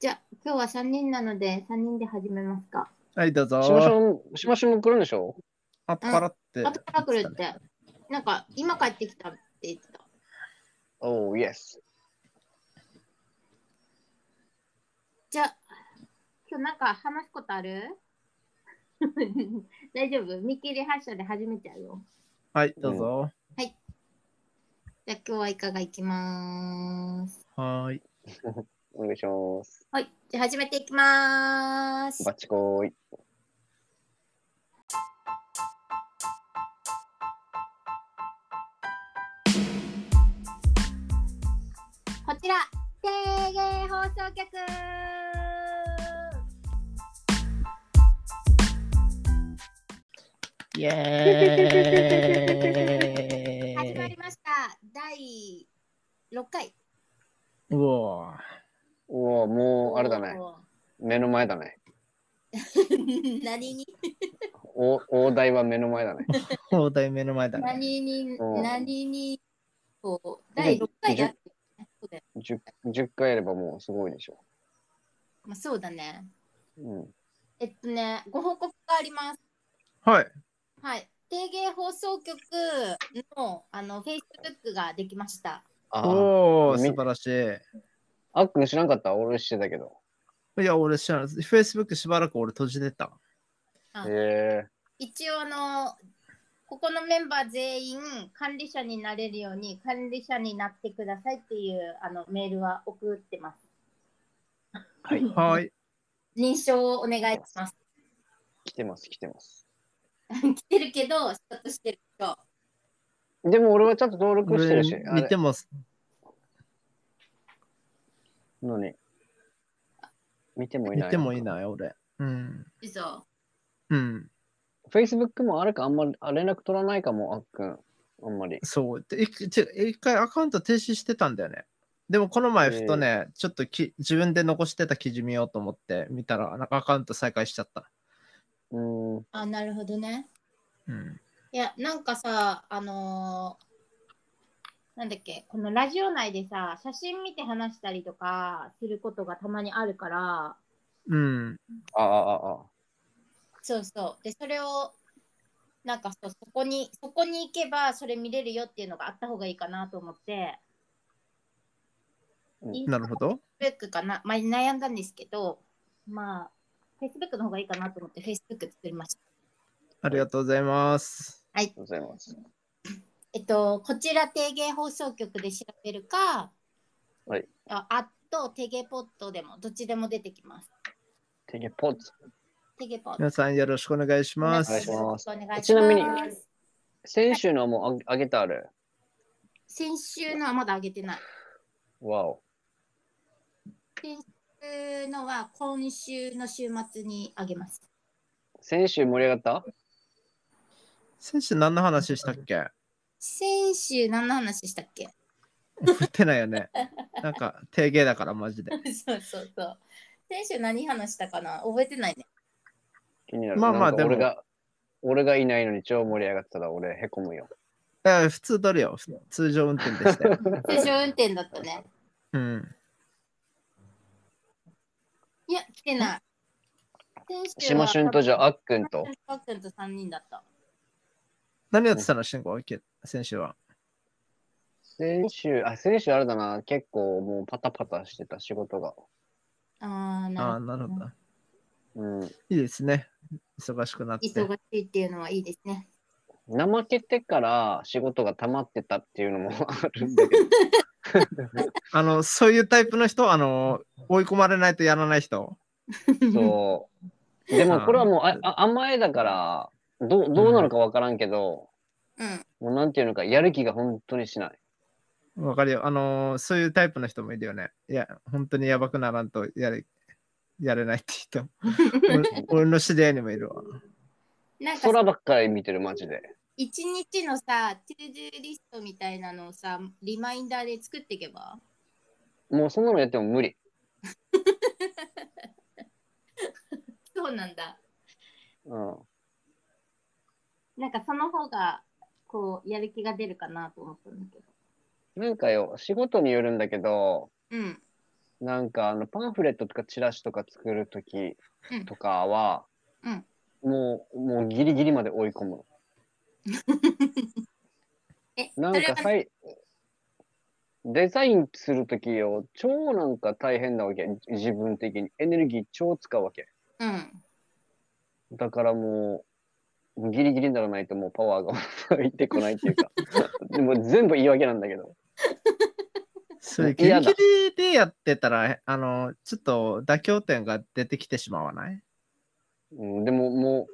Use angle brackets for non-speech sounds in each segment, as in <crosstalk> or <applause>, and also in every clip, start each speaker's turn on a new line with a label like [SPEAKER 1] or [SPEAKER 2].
[SPEAKER 1] じゃあ、今日は3人なので、3人で始めますか。
[SPEAKER 2] はい、どうぞ。
[SPEAKER 3] しましょう、しましょう来るんでしょ
[SPEAKER 2] あっぱらって。
[SPEAKER 1] あとから来るって、なんか、今帰ってきたって言ってた。
[SPEAKER 3] おー、イエス。
[SPEAKER 1] じゃあ、今日なんか話すことある <laughs> 大丈夫見切り発車で始めちゃうよ。
[SPEAKER 2] はい、どうぞ。
[SPEAKER 1] じゃあ、今日はいかがいきまーす。
[SPEAKER 2] はーい。
[SPEAKER 3] お願いします。
[SPEAKER 1] はい、じゃあ始めていきまーす。
[SPEAKER 3] バッチコーイ。
[SPEAKER 1] こちら、定芸放送局
[SPEAKER 2] イエ
[SPEAKER 1] 始ま
[SPEAKER 2] ーイ
[SPEAKER 1] りました。第6回。
[SPEAKER 2] <laughs> うおー
[SPEAKER 3] おー、もう、あれだね。
[SPEAKER 1] お
[SPEAKER 3] 目の前だね。
[SPEAKER 1] ー。 <laughs> 何に
[SPEAKER 3] お大台は目の前だね。 <laughs>
[SPEAKER 2] 大台目の前だね。
[SPEAKER 1] 何に
[SPEAKER 3] うん
[SPEAKER 1] 何にこう
[SPEAKER 3] で
[SPEAKER 1] 第6回やってるねそうだよ
[SPEAKER 3] 10, 10回やればもうすごいでしょ。
[SPEAKER 1] まあ、そうだね。
[SPEAKER 3] うん。
[SPEAKER 1] えっとね、ご報告があります。
[SPEAKER 2] はい。
[SPEAKER 1] はい。定芸放送局のあの Facebook ができました。
[SPEAKER 3] あ
[SPEAKER 2] おー、
[SPEAKER 3] み
[SPEAKER 2] 素晴らし
[SPEAKER 3] あ、あっくん知らんかった俺してたけど。
[SPEAKER 2] い。いや、俺知らない。Facebook しばらく俺閉じてた。
[SPEAKER 1] あ
[SPEAKER 3] へえ
[SPEAKER 1] 一応あの、ここのメンバー全員管理者になれるように管理者になってくださいっていうあのメールは送ってます。
[SPEAKER 3] はい。
[SPEAKER 2] はーい。
[SPEAKER 1] 認証をお願いします。 <laughs>
[SPEAKER 3] 来てます、来てます。
[SPEAKER 1] 来てるけど、仕事してる人。
[SPEAKER 3] でも俺はちゃんと登録してるし。
[SPEAKER 2] 俺見てます。
[SPEAKER 3] のに。見てもいない。
[SPEAKER 2] 見てもいない、俺。うん。
[SPEAKER 1] 嘘。
[SPEAKER 2] うん。
[SPEAKER 3] Facebook もあるか、あんまりあ連絡取らないかも、あっくん。あんまり。
[SPEAKER 2] そう。で、一ち一回アカウント停止してたんだよね。でもこの前ふとね、ちょっとき自分で残してた記事見ようと思って見たら、なんかアカウント再開しちゃった。
[SPEAKER 3] うん。
[SPEAKER 1] あ、なるほどね。
[SPEAKER 2] うん。
[SPEAKER 1] いや、なんかさ、あのーなんだっけ、このラジオ内でさ、写真見て話したりとかすることがたまにあるから、
[SPEAKER 2] うん。
[SPEAKER 3] ああ、ああ。
[SPEAKER 1] そうそう。で、それを、なんかそうそこに、そこに行けばそれ見れるよっていうのがあった方がいいかなと思って、
[SPEAKER 3] うん
[SPEAKER 1] インス
[SPEAKER 2] なるほど。
[SPEAKER 1] タ Facebook かな、まあ、悩んだんですけど、まあ、Facebook の方がいいかなと思って Facebook 作りました。
[SPEAKER 2] ありがとうございます。
[SPEAKER 3] ございます。
[SPEAKER 1] えっと、こちら定芸放送局で調べるか、
[SPEAKER 3] はい
[SPEAKER 1] あ、あと定芸ポットでも、どっちでも出てきます。
[SPEAKER 3] テゲポッツ。
[SPEAKER 1] 定芸ポット。
[SPEAKER 2] 皆さんよろしくお願いしま
[SPEAKER 3] お願いし
[SPEAKER 2] す。
[SPEAKER 3] ます
[SPEAKER 1] お願いします。
[SPEAKER 3] ちなみに先週のはもうああげたある。
[SPEAKER 1] 先週のはまだ上げてない。
[SPEAKER 3] わお。
[SPEAKER 1] 先週のは今週の週末に上げます。
[SPEAKER 3] 先週盛り上がった
[SPEAKER 2] 先週何の話したっけ
[SPEAKER 1] 先週何の話したっけ
[SPEAKER 2] 覚えてないよね。なんか、定芸だから、マジで。
[SPEAKER 1] そうそうそう。先週何話したかな覚えてないね。
[SPEAKER 3] 気になる。
[SPEAKER 2] まあまあ
[SPEAKER 3] なんか
[SPEAKER 2] でも
[SPEAKER 3] 俺が、俺がいないのに超盛り上がってたら俺へこむよ。
[SPEAKER 2] いや普通取るよ。ふ通常運転でしたよ。
[SPEAKER 1] 通常運転だったね。
[SPEAKER 2] うん。
[SPEAKER 1] いや、来てない。先
[SPEAKER 3] しましゅんとじゃああっくんと。
[SPEAKER 1] パックンと3人だった。
[SPEAKER 2] 何やってたの、慎吾け先週は。
[SPEAKER 3] 先週、あ、先週あれだな。結構もうパタパタしてた仕事が。
[SPEAKER 1] ああ、
[SPEAKER 2] あ
[SPEAKER 1] な
[SPEAKER 2] あ、
[SPEAKER 1] る
[SPEAKER 2] なるほど。
[SPEAKER 3] うん。
[SPEAKER 2] いいですね。忙しくなって。
[SPEAKER 1] ほど。忙しいっていうのはいいですね。
[SPEAKER 3] 怠けてから仕事が溜まってたっていうの
[SPEAKER 2] <laughs>
[SPEAKER 3] もあるんだけど。
[SPEAKER 2] あの、そういうタイプの人、あの、追い込まれないとやらない人。
[SPEAKER 3] そう。でもこれはもうああ甘えだから、どうどうなのかわからんけど、
[SPEAKER 1] うん。
[SPEAKER 3] もうなんていうのか、やる気が本当にしない。
[SPEAKER 2] わかるよ。あの、そういうタイプの人もいるよね。いや、本当にやばくならんとやれ、やれないって人。
[SPEAKER 3] <laughs>
[SPEAKER 2] 俺俺の知り合いにもいるわ。
[SPEAKER 1] なんか
[SPEAKER 3] 空ばっかり見てる、マジで。
[SPEAKER 1] 一日のさ、トゥードゥーリストみたいなのをさ、リマインダーで作っていけば。
[SPEAKER 3] もうそんなのやっても無理。
[SPEAKER 1] そうなんだ。
[SPEAKER 3] うん。
[SPEAKER 1] なんかその方が、こう、やる気が出るかなと思ったんだけど。
[SPEAKER 3] なんかよ、仕事によるんだけど、
[SPEAKER 1] うん。
[SPEAKER 3] なんかあのパンフレットとかチラシとか作るとき
[SPEAKER 1] うん
[SPEAKER 3] とかは、
[SPEAKER 1] うん
[SPEAKER 3] もう、もうギリギリまで追い込む。
[SPEAKER 1] え、
[SPEAKER 3] なん
[SPEAKER 1] それ
[SPEAKER 3] か
[SPEAKER 1] は
[SPEAKER 3] さい、デザインするときよ、超なんか大変なわけ。自分的に。エネルギー超使うわけ。
[SPEAKER 1] うん。
[SPEAKER 3] だからもう、ギリギリにならないともうパワーが湧いてこないってい
[SPEAKER 1] <laughs>
[SPEAKER 3] うか。でも全部言い訳なんだけど。
[SPEAKER 2] それギリ
[SPEAKER 3] 嫌
[SPEAKER 2] ギ
[SPEAKER 3] だ
[SPEAKER 2] リでやってたら、あの、ちょっと妥協点が出てきてしまわない
[SPEAKER 3] うん、でもも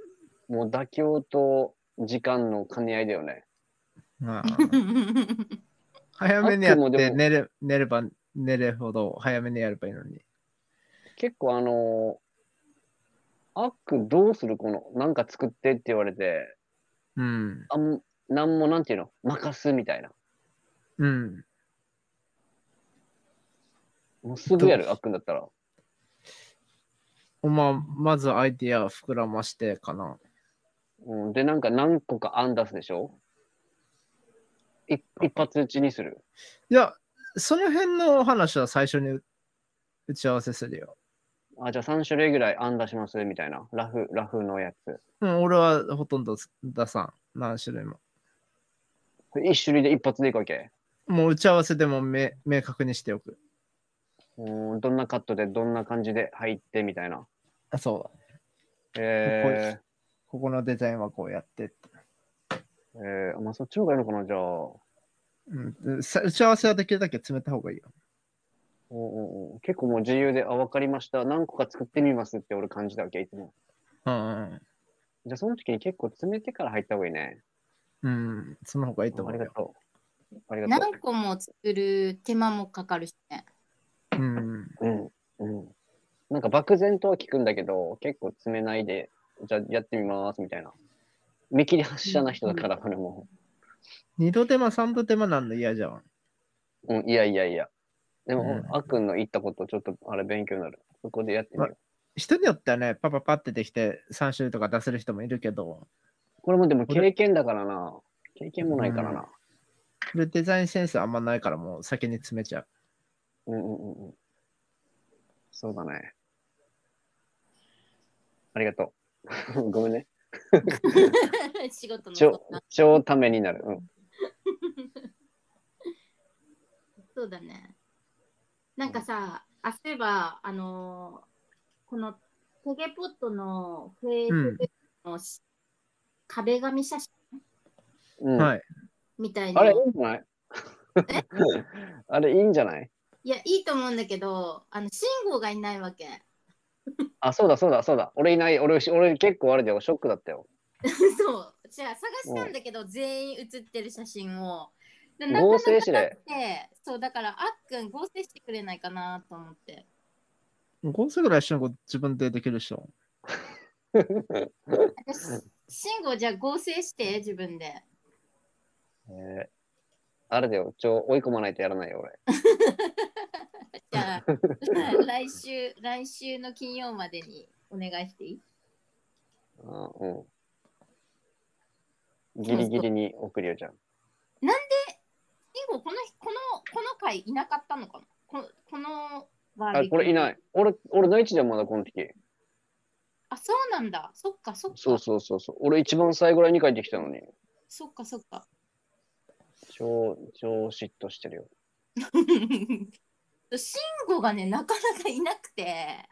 [SPEAKER 3] う、もう妥協と時間の兼ね合いだよね。
[SPEAKER 2] うん
[SPEAKER 3] <laughs>
[SPEAKER 2] 早めにや
[SPEAKER 3] あって
[SPEAKER 2] っ
[SPEAKER 3] もで
[SPEAKER 2] て
[SPEAKER 3] も
[SPEAKER 2] 寝れ寝れば寝るほど早めにやればいいのに。
[SPEAKER 3] 結構あのー、アックどうするこの、なんか作ってって言われて、
[SPEAKER 2] うん。
[SPEAKER 3] あん、なんもなんていうの任すみたいな。
[SPEAKER 2] うん。
[SPEAKER 3] もうすぐやる、アックんだったら。
[SPEAKER 2] まあ、まずアイディアを膨らましてかな。
[SPEAKER 3] うん、で、なんか何個か案出すでしょ一一発打ちにする。
[SPEAKER 2] いや、その辺のお話は最初に打ち合わせするよ。
[SPEAKER 3] あ、じゃあ3種類ぐらい案出しますみたいな。ラフ、ラフのやつ。
[SPEAKER 2] うん、俺はほとんど出さん。何種類も。
[SPEAKER 3] 一種類で一発でいくわけ。
[SPEAKER 2] もう打ち合わせでも明明確にしておく。
[SPEAKER 3] うん、どんなカットでどんな感じで入ってみたいな。
[SPEAKER 2] あ、そうだ。
[SPEAKER 3] え
[SPEAKER 2] ここのデザインはこうやってって。
[SPEAKER 3] ー、えー、まあそっちの方がいいのかな、じゃあ。お
[SPEAKER 2] うん、さ打ち合わせはできるだけ詰めた方がいいよ。
[SPEAKER 3] うおうおう結構もう自由で、あ、わかりました。何個か作ってみますって俺感じたわけ、いつも。
[SPEAKER 2] うん、
[SPEAKER 3] じゃあその時に結構詰めてから入った方がいいね。
[SPEAKER 2] うん。うん、その方がいいと
[SPEAKER 3] あ
[SPEAKER 2] 思
[SPEAKER 3] り
[SPEAKER 2] う
[SPEAKER 3] が
[SPEAKER 2] よ。
[SPEAKER 3] とう。ありがと
[SPEAKER 1] 何個も作る手間もかかるしね。 <laughs>
[SPEAKER 2] うん。
[SPEAKER 3] う。うん。うん。なんか漠然とは聞くんだけど、結構詰めないで、じゃあやってみますみたいな。見切り発車な人だから、俺も。
[SPEAKER 2] 二度手間、三度手間なんの嫌じゃん。
[SPEAKER 3] うん、いやいやいや。で
[SPEAKER 2] う
[SPEAKER 3] も
[SPEAKER 2] ん、
[SPEAKER 3] あっくんの言ったこと、ちょっとあれ勉強になる。そこでやってみよう。
[SPEAKER 2] 人によってはね、パパパってできて3種類とか出せる人もいるけど、
[SPEAKER 3] これもでも経験だからな。経験もないからな。
[SPEAKER 2] これデザインセンスあんまないからもう先に詰めちゃう。
[SPEAKER 3] うんうんうんうん。そうだね。ありがとう。 <laughs> ごめんね。
[SPEAKER 1] 仕事の
[SPEAKER 3] 超
[SPEAKER 1] ことな、
[SPEAKER 3] 超ためになる。うん。
[SPEAKER 1] そうだね。なんかさ、あ、そういえば、あのーこのテゲポットのフェイスブックのし、壁紙写真
[SPEAKER 3] うん、
[SPEAKER 2] はい。
[SPEAKER 1] みたいに
[SPEAKER 3] あれ、いいんじゃない <laughs> あれ、いいんじゃない
[SPEAKER 1] いや、いいと思うんだけど、あの、信号がいないわけ。 <laughs>
[SPEAKER 3] あ、そうだそうだそうだ。俺いない。俺、俺結構あれだよ。ショックだったよ。
[SPEAKER 1] そう。じゃあ、探したんだけど、全員写ってる写真を。でなかなか
[SPEAKER 3] 合成しろよ
[SPEAKER 1] なくてそう、だから、あっくん合成してくれないかなと思って。
[SPEAKER 2] 5歳ぐらい一緒にこう自分でできるでしょ。
[SPEAKER 1] 私、信号じゃあ合成して、自分で。
[SPEAKER 3] えーあれだよ。ちょ、追い込まないとやらないよ、俺。
[SPEAKER 1] <laughs> じゃあ、来週、来週の金曜までにお願いしていい
[SPEAKER 3] あうん。ギリギリに送るよ、じゃん。
[SPEAKER 1] 信号この日、この、この回いなかったのかなこの、このバー
[SPEAKER 3] あ
[SPEAKER 1] ベキュー、。
[SPEAKER 3] これいないい。俺、俺の位置だよ、まだこの時。
[SPEAKER 1] あ、そうなんだ。そっか、そっか。
[SPEAKER 3] そうそうそうそう。俺一番最後らいに帰ってきたのに。
[SPEAKER 1] そっか、そっか。 <laughs>
[SPEAKER 3] 超、超嫉妬してるよ。
[SPEAKER 1] 慎吾がねなかなかいなくて、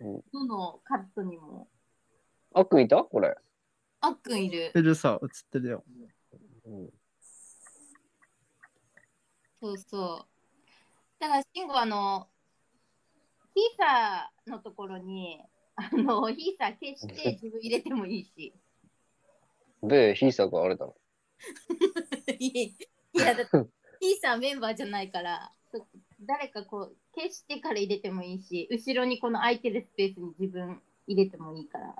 [SPEAKER 3] うん
[SPEAKER 1] どのカットにも
[SPEAKER 3] あっくんいたこれ。
[SPEAKER 1] あっくんいる
[SPEAKER 2] 映ってるさ、映ってるよ。
[SPEAKER 3] うん。
[SPEAKER 1] そうそうだから慎吾あのヒーサーのところにあのヒーサー消して自分入れてもいいし
[SPEAKER 3] で、ヒーサーがあれだろ。
[SPEAKER 1] いやだってヒーサーメンバーじゃないからそ誰かこう消してから入れてもいいし後ろにこの空いてるスペースに自分入れてもいいから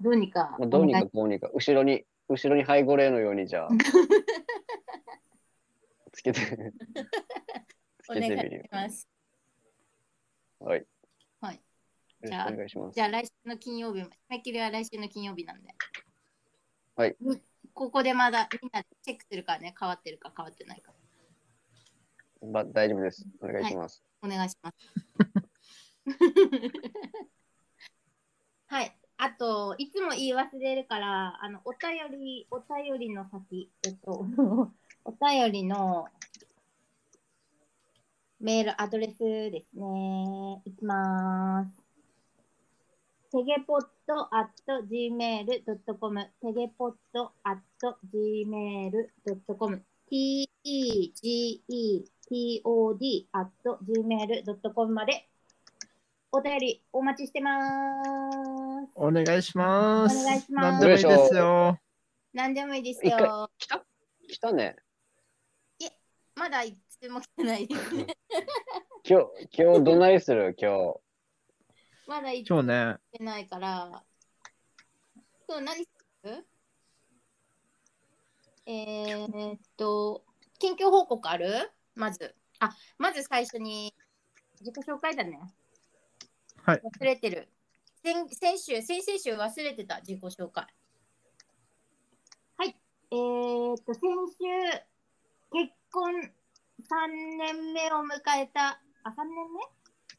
[SPEAKER 1] どうにか
[SPEAKER 3] まあ、どう
[SPEAKER 1] お
[SPEAKER 3] に
[SPEAKER 1] 願い
[SPEAKER 3] かこうにか。後ろに、後ろに背後霊のようにじゃあ。つけて。つ
[SPEAKER 1] お
[SPEAKER 3] け
[SPEAKER 1] 願
[SPEAKER 3] て
[SPEAKER 1] い
[SPEAKER 3] み
[SPEAKER 1] し
[SPEAKER 3] るよ。
[SPEAKER 1] ます。
[SPEAKER 3] はい。
[SPEAKER 1] はい。
[SPEAKER 3] よろ
[SPEAKER 1] じゃあ
[SPEAKER 3] しくお願いします
[SPEAKER 1] じ。ゃあ来週の金曜日、締め切りは来週の金曜日なんで。
[SPEAKER 3] はい
[SPEAKER 1] みここでまだみんなでチェックするからね、変わってるか変わってないか。
[SPEAKER 3] ば大丈夫です。お願いします。
[SPEAKER 1] お願いします。はい。あと、いつも言い忘れるから、あの、お便り、お便りの先、えっと、 <laughs> お便りのメールアドレスですね。いきまーす。テゲポットアット gmail.com テゲポットアット gmail.com tegepod アット gmail.com までお便りお待ちしてます。
[SPEAKER 2] お願いします。
[SPEAKER 1] お願いします
[SPEAKER 2] 何でもいいですよ。
[SPEAKER 1] 何でもいいです
[SPEAKER 3] 一回
[SPEAKER 1] よ。
[SPEAKER 3] 来た来たね。
[SPEAKER 1] まだ一通も来てないです。
[SPEAKER 3] <laughs> 今日、今日どないする今日。
[SPEAKER 1] まだ一通も
[SPEAKER 2] 今日ね、
[SPEAKER 1] 来てないから。今日何するえー、っと、近況報告あるまず。あ、まず最初に自己紹介だね。
[SPEAKER 2] はい。
[SPEAKER 1] 忘れてる。先先週、先々週忘れてた自己紹介。はい。えー、っと、先週、結婚3年目を迎えた、あ、3年目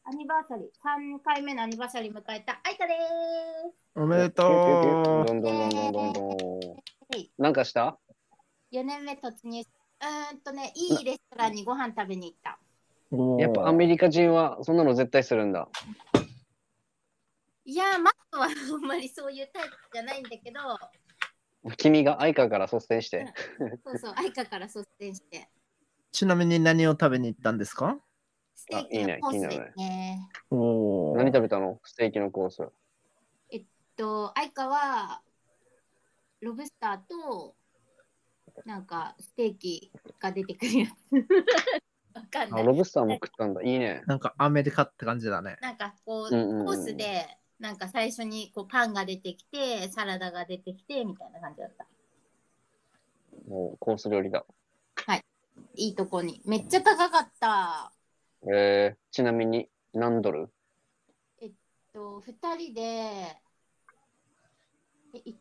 [SPEAKER 1] アニバーサリー、3回目のアニバーサリー迎えた、あいかで
[SPEAKER 2] おめでと
[SPEAKER 3] どんどんどんどんどんど
[SPEAKER 1] ーすはい。
[SPEAKER 3] ん。なんかした
[SPEAKER 1] 4年目突入。うーんとね、いいレストランにご飯食べに行った。
[SPEAKER 2] う。おー
[SPEAKER 3] やっぱアメリカ人はそんなの絶対するんだ。
[SPEAKER 1] いやー、マットはあんまりそういうタイプじゃないんだけど、
[SPEAKER 3] 君が愛花から率先して。
[SPEAKER 1] そうそう、愛花から率先して。
[SPEAKER 2] ちなみに何を食べに行ったんですか
[SPEAKER 1] ステーキのコースですね。
[SPEAKER 2] おお。
[SPEAKER 3] 何食べたのステーキのコース。
[SPEAKER 1] と、愛花は、ロブスターと、なんか、ステーキが出てくるやつ。 <laughs> わかんな
[SPEAKER 3] あ、
[SPEAKER 1] い
[SPEAKER 3] ロ。ブスターも食ったんだ。いいね。
[SPEAKER 2] なんかアメリカって感じだね。
[SPEAKER 1] なんか、こう、
[SPEAKER 3] うんうんうん
[SPEAKER 1] コースで、なんか最初にこうパンが出てきて、サラダが出てきて、みたいな感じだった。
[SPEAKER 3] もうコース料理だ。
[SPEAKER 1] いいとこに。めっちゃ高かった。
[SPEAKER 3] えー、ちなみに何ドル
[SPEAKER 1] と2人でえい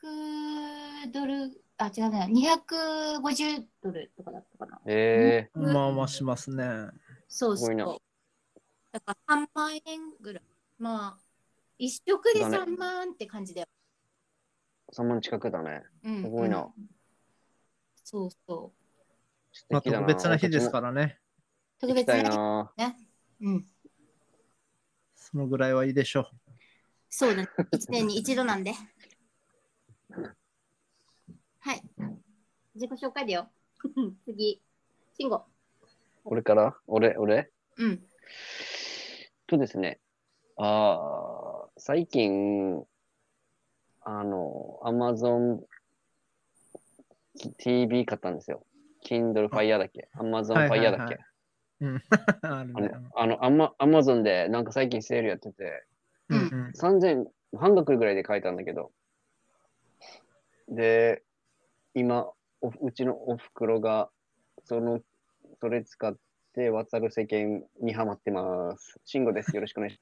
[SPEAKER 1] 300ドルあ違うな250ドルとかだったかな
[SPEAKER 3] え
[SPEAKER 1] うん
[SPEAKER 2] まあまあしますね。
[SPEAKER 1] そう
[SPEAKER 3] す
[SPEAKER 1] そ
[SPEAKER 3] ご
[SPEAKER 1] う
[SPEAKER 3] いな
[SPEAKER 1] だから3万円ぐらいまあ一食で
[SPEAKER 3] だね
[SPEAKER 1] 3万って感じだよ、
[SPEAKER 3] ー、3万近くだね。
[SPEAKER 1] うん、
[SPEAKER 3] すごいな
[SPEAKER 1] うんそうそう
[SPEAKER 3] 素
[SPEAKER 2] まあ
[SPEAKER 3] 敵だ
[SPEAKER 2] 特別な日ですからね。
[SPEAKER 1] 特
[SPEAKER 3] 行
[SPEAKER 1] 別
[SPEAKER 3] きたい
[SPEAKER 1] な
[SPEAKER 3] な。
[SPEAKER 1] うん
[SPEAKER 2] そのぐらいはいいでしょ
[SPEAKER 1] <laughs> そうだね。一年に一度なんで。はい。自己紹介だよ。 <laughs> 次。慎吾。
[SPEAKER 3] 俺から俺俺
[SPEAKER 1] <laughs> うん。
[SPEAKER 3] とですね。あー最近、あの、Amazon TV 買ったんですよ。Kindle Fire だっけ ?Amazon
[SPEAKER 2] はいはいは
[SPEAKER 3] Fire
[SPEAKER 2] い
[SPEAKER 3] だっけ
[SPEAKER 2] う。うん。ある
[SPEAKER 3] あ
[SPEAKER 2] ね
[SPEAKER 3] の、あの、アマ、アマゾンで、なんか最近セールやってて、
[SPEAKER 2] うん
[SPEAKER 1] うん
[SPEAKER 2] うん
[SPEAKER 3] 3000、半額ぐらいで買えたんだけど。で、今、おうちのお袋が、その、それ使って渡る世間にハマってます。慎吾です。よろしくお願いし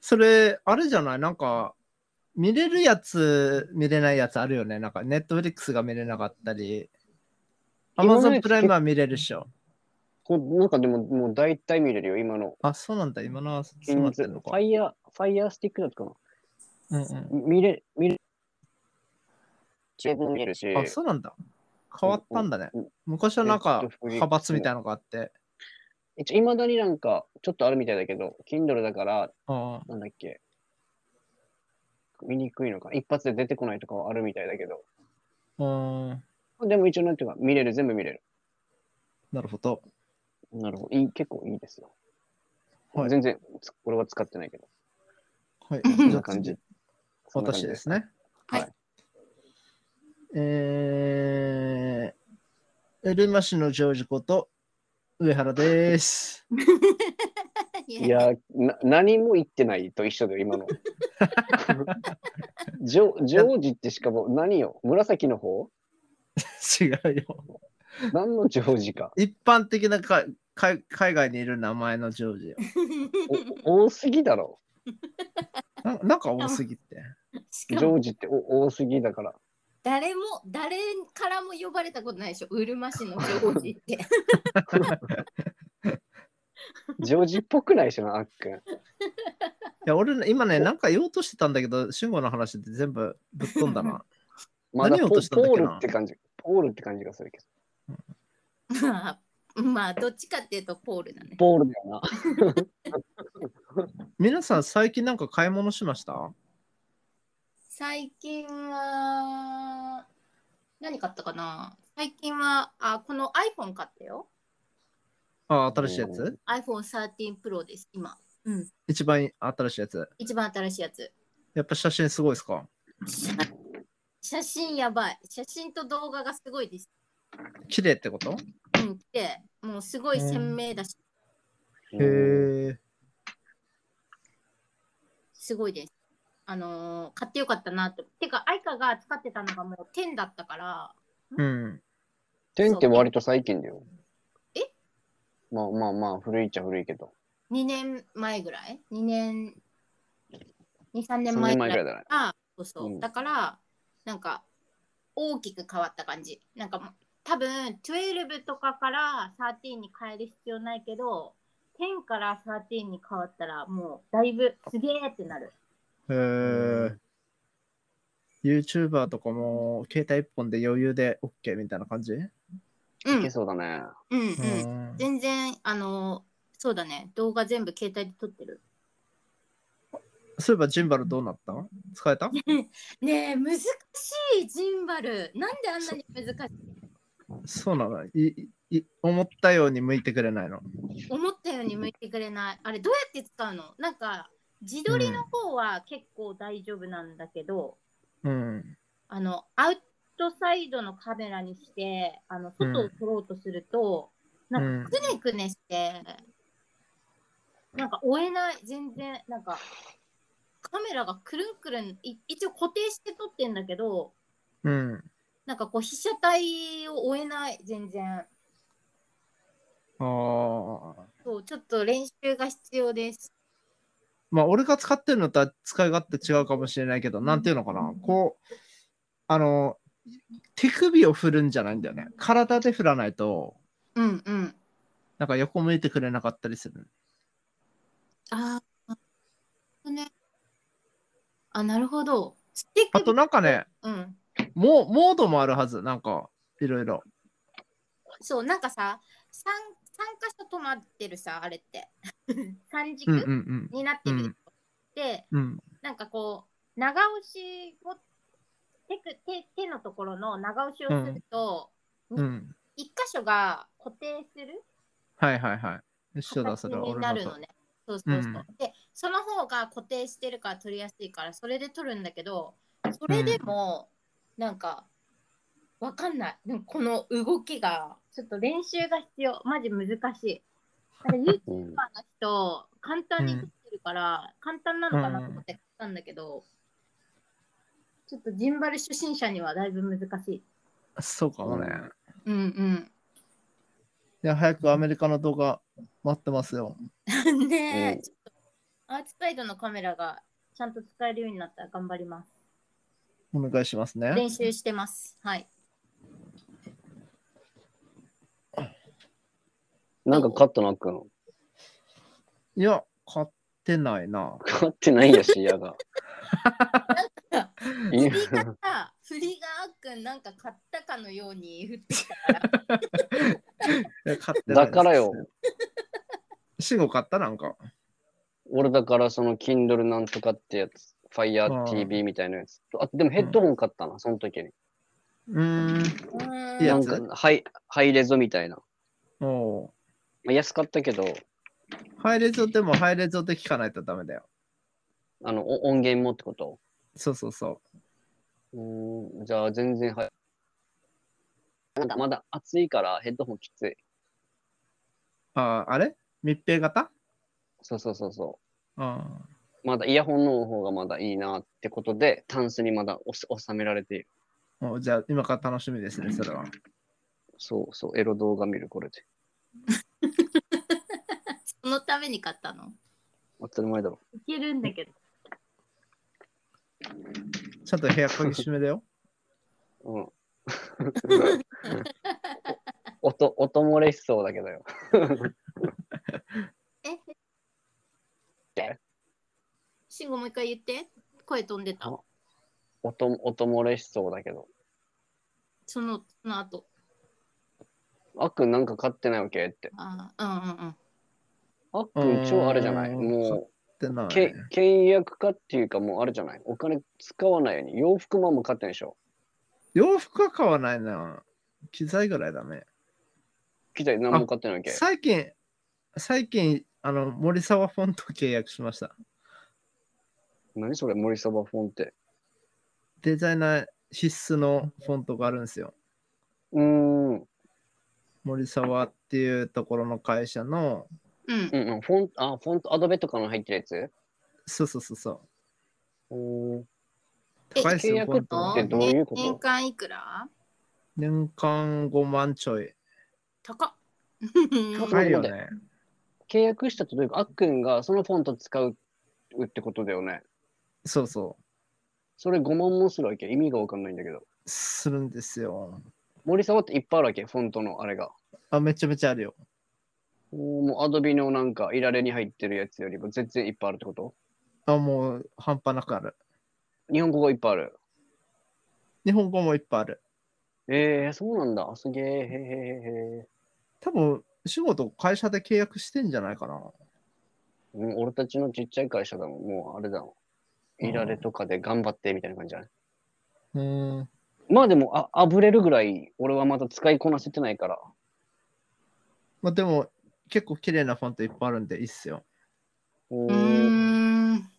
[SPEAKER 2] それ、あれじゃないなんか、見れるやつ、見れないやつあるよね。なんか、ネットフリックスが見れなかったり、アマ
[SPEAKER 3] 今ま
[SPEAKER 2] ゾ
[SPEAKER 3] で
[SPEAKER 2] ンプライムは見れるっしょ。
[SPEAKER 3] ます。こなんかでも、もう大体見れるよ、今の。
[SPEAKER 2] あ、そうなんだ。今のはそうなってる
[SPEAKER 3] Kindle
[SPEAKER 2] の
[SPEAKER 3] フ
[SPEAKER 2] か
[SPEAKER 3] ァ。イヤー、ファイヤースティックだったか
[SPEAKER 2] うんうん
[SPEAKER 3] な。見れ、見れ、十分見れるし。
[SPEAKER 2] あ、そうなんだ。変わったんだね。
[SPEAKER 3] うん
[SPEAKER 2] 昔はなんか
[SPEAKER 3] ネット、フリックス
[SPEAKER 2] 派閥みたいなのがあって。
[SPEAKER 3] いまだになんか、ちょっとあるみたいだけど、Kindle だから、
[SPEAKER 2] あ
[SPEAKER 3] なんだっけ。見にくいのか。一発で出てこないとかはあるみたいだけど。
[SPEAKER 2] あ、うん。
[SPEAKER 3] でも一応なんていうか、見れる、全部見れる。
[SPEAKER 2] なるほど。
[SPEAKER 3] なるほど。いい結構いいですよ。
[SPEAKER 2] はい
[SPEAKER 3] 全然、つこれは使ってな
[SPEAKER 2] <laughs>
[SPEAKER 3] いけど。
[SPEAKER 2] はい。
[SPEAKER 3] <laughs> そん
[SPEAKER 2] じゃ
[SPEAKER 3] な
[SPEAKER 2] あ
[SPEAKER 3] 感じ
[SPEAKER 2] 次。 <laughs> 私ですね。
[SPEAKER 1] はい
[SPEAKER 3] はい
[SPEAKER 2] えー、エルマ市のジョージこと、上原です。 <laughs>
[SPEAKER 3] いやーな、何も言ってないと一緒だよ、
[SPEAKER 2] <laughs>
[SPEAKER 3] 今の。ジョジョージってしかも何よ紫の方
[SPEAKER 2] 違うよ。
[SPEAKER 3] 何のジョージか。
[SPEAKER 2] 一般的なか海海外にいる名前のジョージよ。
[SPEAKER 3] お多すぎだろ。
[SPEAKER 2] ななんか多すぎって。
[SPEAKER 1] <laughs> し
[SPEAKER 3] ジ
[SPEAKER 1] かも
[SPEAKER 3] ョージってお多すぎだから。
[SPEAKER 1] 誰も誰からも呼ばれたことないでしょうるま市のジョージって <laughs>
[SPEAKER 3] ジョージっぽくないでしょ、あっくん。
[SPEAKER 2] いや、俺ね、今ね、なんか言おうとしてたんだけど、慎吾の話で全部ぶっ飛んだな。
[SPEAKER 3] まだ
[SPEAKER 2] 何を落
[SPEAKER 3] ポ
[SPEAKER 2] としたんだっ
[SPEAKER 3] ポ
[SPEAKER 2] け
[SPEAKER 3] ー
[SPEAKER 2] な
[SPEAKER 3] ルって感じ。ポールって感じがするけど。
[SPEAKER 1] まあまあどっちかっていうとポールだね
[SPEAKER 3] ポールだよな。
[SPEAKER 2] 皆さん、最近なんか買い物しました
[SPEAKER 1] 最近は何買ったかな最近はあこの iPhone 買ったよ
[SPEAKER 2] あ、新しいやつ
[SPEAKER 1] iPhone13 Pro です今、うん、
[SPEAKER 2] 一番新しいやつ。
[SPEAKER 1] 一番新しいやつ
[SPEAKER 2] やっぱ写真すごいですか
[SPEAKER 1] 写真やばい写真と動画がすごいです
[SPEAKER 2] 綺麗ってこと
[SPEAKER 1] うんでもうすごい鮮明だし、
[SPEAKER 3] うん
[SPEAKER 2] へえ。
[SPEAKER 1] すごいですあのー買ってよかったなとてか愛花が使ってたのがもう10だったから
[SPEAKER 2] うん。
[SPEAKER 3] テンって割と最近だよ。
[SPEAKER 1] え
[SPEAKER 3] まあまあまあ、古いっちゃ古いけど。
[SPEAKER 1] 2年前ぐらい2年23
[SPEAKER 3] 3
[SPEAKER 1] 年前
[SPEAKER 3] 年
[SPEAKER 1] ぐ
[SPEAKER 3] 前
[SPEAKER 1] ら
[SPEAKER 3] く
[SPEAKER 1] い
[SPEAKER 3] らいだね。
[SPEAKER 1] あそうそう、
[SPEAKER 3] うん
[SPEAKER 1] だからなんか大きく変わった感じなんかもう多分12とかから13に変える必要ないけど10から13に変わったらもうだいぶすげえってなる
[SPEAKER 2] へえ。YouTuber とかも、携帯一本で余裕で OK みたいな感じうん
[SPEAKER 1] うん
[SPEAKER 3] いけそうだね。
[SPEAKER 1] うんうん、全然あのそうだね動画全部携帯で撮ってる
[SPEAKER 2] そういえば、ジンバルどうなった使 <laughs> えた
[SPEAKER 1] ねえ難しいジンバルなんであんなに難し
[SPEAKER 2] そうなのいいい思ったように向いてくれないの。
[SPEAKER 1] い思ったように向いてくれないあれどうやって使うのなんか自撮りの方は結構大丈夫なんだけど、
[SPEAKER 2] うん。
[SPEAKER 1] あのアウトサイドのカメラにしてあの
[SPEAKER 2] うん
[SPEAKER 1] 外を撮ろうとすると、
[SPEAKER 2] う
[SPEAKER 1] なん
[SPEAKER 2] ん
[SPEAKER 1] く。ねくねしてなんか追えない全然なんかカメラがくるんくるんい一応固定して撮ってんだけど
[SPEAKER 2] うん。
[SPEAKER 1] なんかこう被写体を追えない全然
[SPEAKER 2] ああ。
[SPEAKER 1] そうちょっと練習が必要です
[SPEAKER 2] まあ、俺が使ってるのとは使い勝手違うかもしれないけど、なんていうのかな、こう、あの、手首を振るんじゃないんだよね。体で振らないと、
[SPEAKER 1] うんうん
[SPEAKER 2] なんか横向いてくれなかったりする。
[SPEAKER 1] ああねあなるほどスティック
[SPEAKER 2] あとなんかね、
[SPEAKER 1] うん
[SPEAKER 2] もうモードもあるはず、なんか、いろいろ。
[SPEAKER 1] そうなんかさ 3, 3箇所止まってるさあれって <laughs> 3軸、
[SPEAKER 2] うんうん
[SPEAKER 1] になってる、
[SPEAKER 2] うん
[SPEAKER 1] で
[SPEAKER 2] うん。うん。
[SPEAKER 1] なんかこう長押しを手く手手のところの長押しをすると、
[SPEAKER 2] うん。
[SPEAKER 1] 一1箇所が固定する
[SPEAKER 2] はいはいはい。一緒だ、
[SPEAKER 1] 形
[SPEAKER 2] それは
[SPEAKER 1] に
[SPEAKER 2] 俺
[SPEAKER 1] な
[SPEAKER 2] の
[SPEAKER 1] る
[SPEAKER 2] と
[SPEAKER 1] の。ね。そうそうそう、
[SPEAKER 2] うん
[SPEAKER 1] でその方が固定してるから取りやすいからそれで取るんだけどそれでもなんかわかんないでもこの動きがちょっと練習が必要マジ難し
[SPEAKER 2] <laughs>
[SPEAKER 1] い。なんか YouTuber
[SPEAKER 3] うん
[SPEAKER 1] の人簡単に撮ってるから、簡単なのかなと思って買ったんだけど、ちょっとジンバル初心者にはだいぶ難しい。
[SPEAKER 2] そうかもね。
[SPEAKER 1] うん
[SPEAKER 2] いや、早くアメリカの動画待ってますよ。
[SPEAKER 1] うん。ねえ、
[SPEAKER 3] うん
[SPEAKER 1] ちょっとアーツサイドのカメラがちゃんと使えるようになったら頑張ります。
[SPEAKER 2] お願いしますね。
[SPEAKER 1] 練習してます。はい。
[SPEAKER 3] なんかカットなあっくん。
[SPEAKER 2] いや、買ってないな。
[SPEAKER 3] 買ってないやし、
[SPEAKER 1] <laughs>
[SPEAKER 3] やが。い
[SPEAKER 1] 振
[SPEAKER 3] や
[SPEAKER 1] りがさ、振りがあっくんなんか買ったかのように振ってきたから。
[SPEAKER 2] いや買ってない
[SPEAKER 3] だ
[SPEAKER 2] です
[SPEAKER 3] からよ、
[SPEAKER 2] 死後買ったなんか。
[SPEAKER 3] 俺だからその Kindle なんとかってやつ、Fire TV みたいなやつ。あ、でもヘッドホン買ったな、その時に。
[SPEAKER 2] うーん。
[SPEAKER 1] うーん
[SPEAKER 2] いや
[SPEAKER 3] な
[SPEAKER 2] つ
[SPEAKER 3] んか、ハイ、ハイレゾみたいな。
[SPEAKER 2] お
[SPEAKER 3] まあ安かったけど、
[SPEAKER 2] うハイレゾでもハイレゾで聞かないとダメだよ。
[SPEAKER 3] あの、お音源もってこと
[SPEAKER 2] そうそうそう
[SPEAKER 3] ーん、じゃあ全然はまだまだ暑いからヘッドホンきつい。
[SPEAKER 2] う。ああ、あれ密閉型
[SPEAKER 3] そうそうそうそ
[SPEAKER 2] あ
[SPEAKER 3] う。まだイヤホンの方がまだいいなってことで、タンスにまだおす収められている。
[SPEAKER 2] あ。おじゃあ、今から楽しみですね、それは。
[SPEAKER 3] そうそう、エロ動画見るこれで。
[SPEAKER 1] そのために買ったの。
[SPEAKER 3] 当たり前だろ。
[SPEAKER 1] いけるんだけど。
[SPEAKER 2] ゃんと部屋鍵閉めだよ。
[SPEAKER 3] うん。 <laughs> 音、音漏れしそうだけどよ。
[SPEAKER 1] え慎吾もう一回言って。声飛んでた。
[SPEAKER 3] 音、音漏れしそうだけど。
[SPEAKER 1] その、その後。
[SPEAKER 3] あっくんなんか飼ってないわけって。
[SPEAKER 1] あーうんうんうん。
[SPEAKER 3] あっくん超あれじゃない
[SPEAKER 2] ー
[SPEAKER 3] う
[SPEAKER 2] ん
[SPEAKER 3] も
[SPEAKER 2] ってな
[SPEAKER 3] う、
[SPEAKER 2] い
[SPEAKER 3] け。倹約家っていうかもうあれじゃないお金使わないように。洋服もあんま買ってないでしょ。
[SPEAKER 2] 洋服は買わないな。機材ぐらいだね。
[SPEAKER 3] 機材何も買ってないわけ。
[SPEAKER 2] 最近、最近、あの、森沢フォンと契約しました。
[SPEAKER 3] 何それ森そばフォンって。
[SPEAKER 2] デザイナー必須のフォントがあるんですよ。
[SPEAKER 3] うーん。うん
[SPEAKER 2] 森沢っていうところの会社の、
[SPEAKER 1] うん。
[SPEAKER 3] うん。フォント、あ、フォント、アドベとかの入ってるやつ
[SPEAKER 2] そうそうそうそう。
[SPEAKER 3] うーん。
[SPEAKER 2] 高いです
[SPEAKER 3] 契
[SPEAKER 2] よ、
[SPEAKER 3] 約
[SPEAKER 2] フォント
[SPEAKER 1] あ
[SPEAKER 2] は
[SPEAKER 3] えどういうこと
[SPEAKER 1] ね年間いくら
[SPEAKER 2] 年間5万ちょい。
[SPEAKER 1] 高っ。<laughs>
[SPEAKER 3] 高
[SPEAKER 2] 高いよね。
[SPEAKER 3] 契約したというか、あっくんがそのフォント使うってことだよね。
[SPEAKER 2] そうそう。
[SPEAKER 3] それ5万もするわけ意味がわかんないんだけど。
[SPEAKER 2] するんですよ。
[SPEAKER 3] 森沢っていっぱいあるわけフォントのあれが。
[SPEAKER 2] あ、めちゃめちゃあるよ。
[SPEAKER 3] おーもうアドビのなんかいられに入ってるやつよりも全然いっぱいあるってこと
[SPEAKER 2] あ、もう半端なくある。
[SPEAKER 3] 日本語がいっぱいある。
[SPEAKER 2] 日本語もいっぱいある。
[SPEAKER 3] えー、そうなんだ。すげえ。へーへーへーへ
[SPEAKER 2] 多分、仕事会社で契約してんじゃないかな。
[SPEAKER 3] ーうん俺たちのちっちゃい会社だもん。もうあれだもん。いられとかで頑張ってみたいな感じじゃない、
[SPEAKER 2] うーん。
[SPEAKER 3] まあでも、あ、あぶれるぐらい俺はまだ使いこなせてないから。
[SPEAKER 2] まあでも、結構綺麗なフォントいっぱいあるんでいいっすよ。
[SPEAKER 3] お
[SPEAKER 1] う
[SPEAKER 3] ー
[SPEAKER 1] ーん。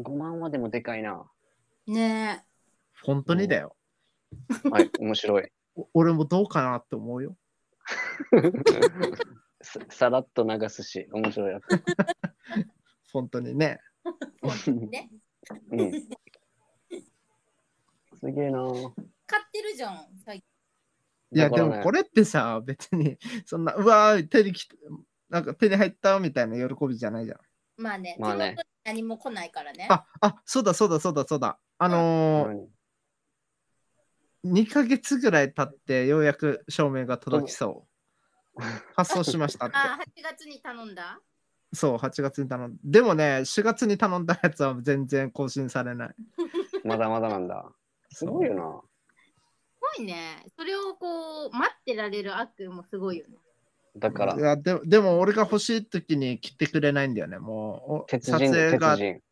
[SPEAKER 3] 5万はでもでか
[SPEAKER 1] <laughs>
[SPEAKER 3] いな。 <laughs>
[SPEAKER 1] ね
[SPEAKER 2] 本当にだよ。
[SPEAKER 3] はい、面白い。
[SPEAKER 2] お俺もどうかなって思うよ。
[SPEAKER 3] ささらっと流すし、面白いやつ。
[SPEAKER 2] 本当にね。
[SPEAKER 1] え。ね。 <laughs>
[SPEAKER 3] うん、すげえなぁ
[SPEAKER 1] 買ってるじゃん。最近
[SPEAKER 2] いや、
[SPEAKER 3] だか
[SPEAKER 2] で
[SPEAKER 3] らね
[SPEAKER 2] もこれってさ、別に、そんな、うわー、手にきなんか手に入ったみたいな喜びじゃないじゃん。
[SPEAKER 1] まあね。
[SPEAKER 3] まあ
[SPEAKER 1] 手
[SPEAKER 3] ね
[SPEAKER 1] 元に何も来ないからね。
[SPEAKER 2] あ、あ、そうだそうだそうだそうだ。あの
[SPEAKER 3] 何
[SPEAKER 2] ー、2ヶ月ぐらい経ってようやく照明が届き
[SPEAKER 3] <laughs>
[SPEAKER 2] そう。発送しましたって。
[SPEAKER 1] あ、8月に頼んだ
[SPEAKER 2] そう、8月に頼んでもね、4月に頼んだやつは全然更新されない。
[SPEAKER 3] まだまだなんだ。すごいよな。
[SPEAKER 1] すごいね。それをこう、待ってられる悪夢もすごいよね。
[SPEAKER 3] だか
[SPEAKER 2] い
[SPEAKER 3] ら、
[SPEAKER 2] やでもでも俺が欲しい時に来てくれないんだよね。もうお
[SPEAKER 3] 鉄
[SPEAKER 2] 撮
[SPEAKER 3] 人、
[SPEAKER 2] 影
[SPEAKER 3] 鉄
[SPEAKER 2] が
[SPEAKER 3] 人。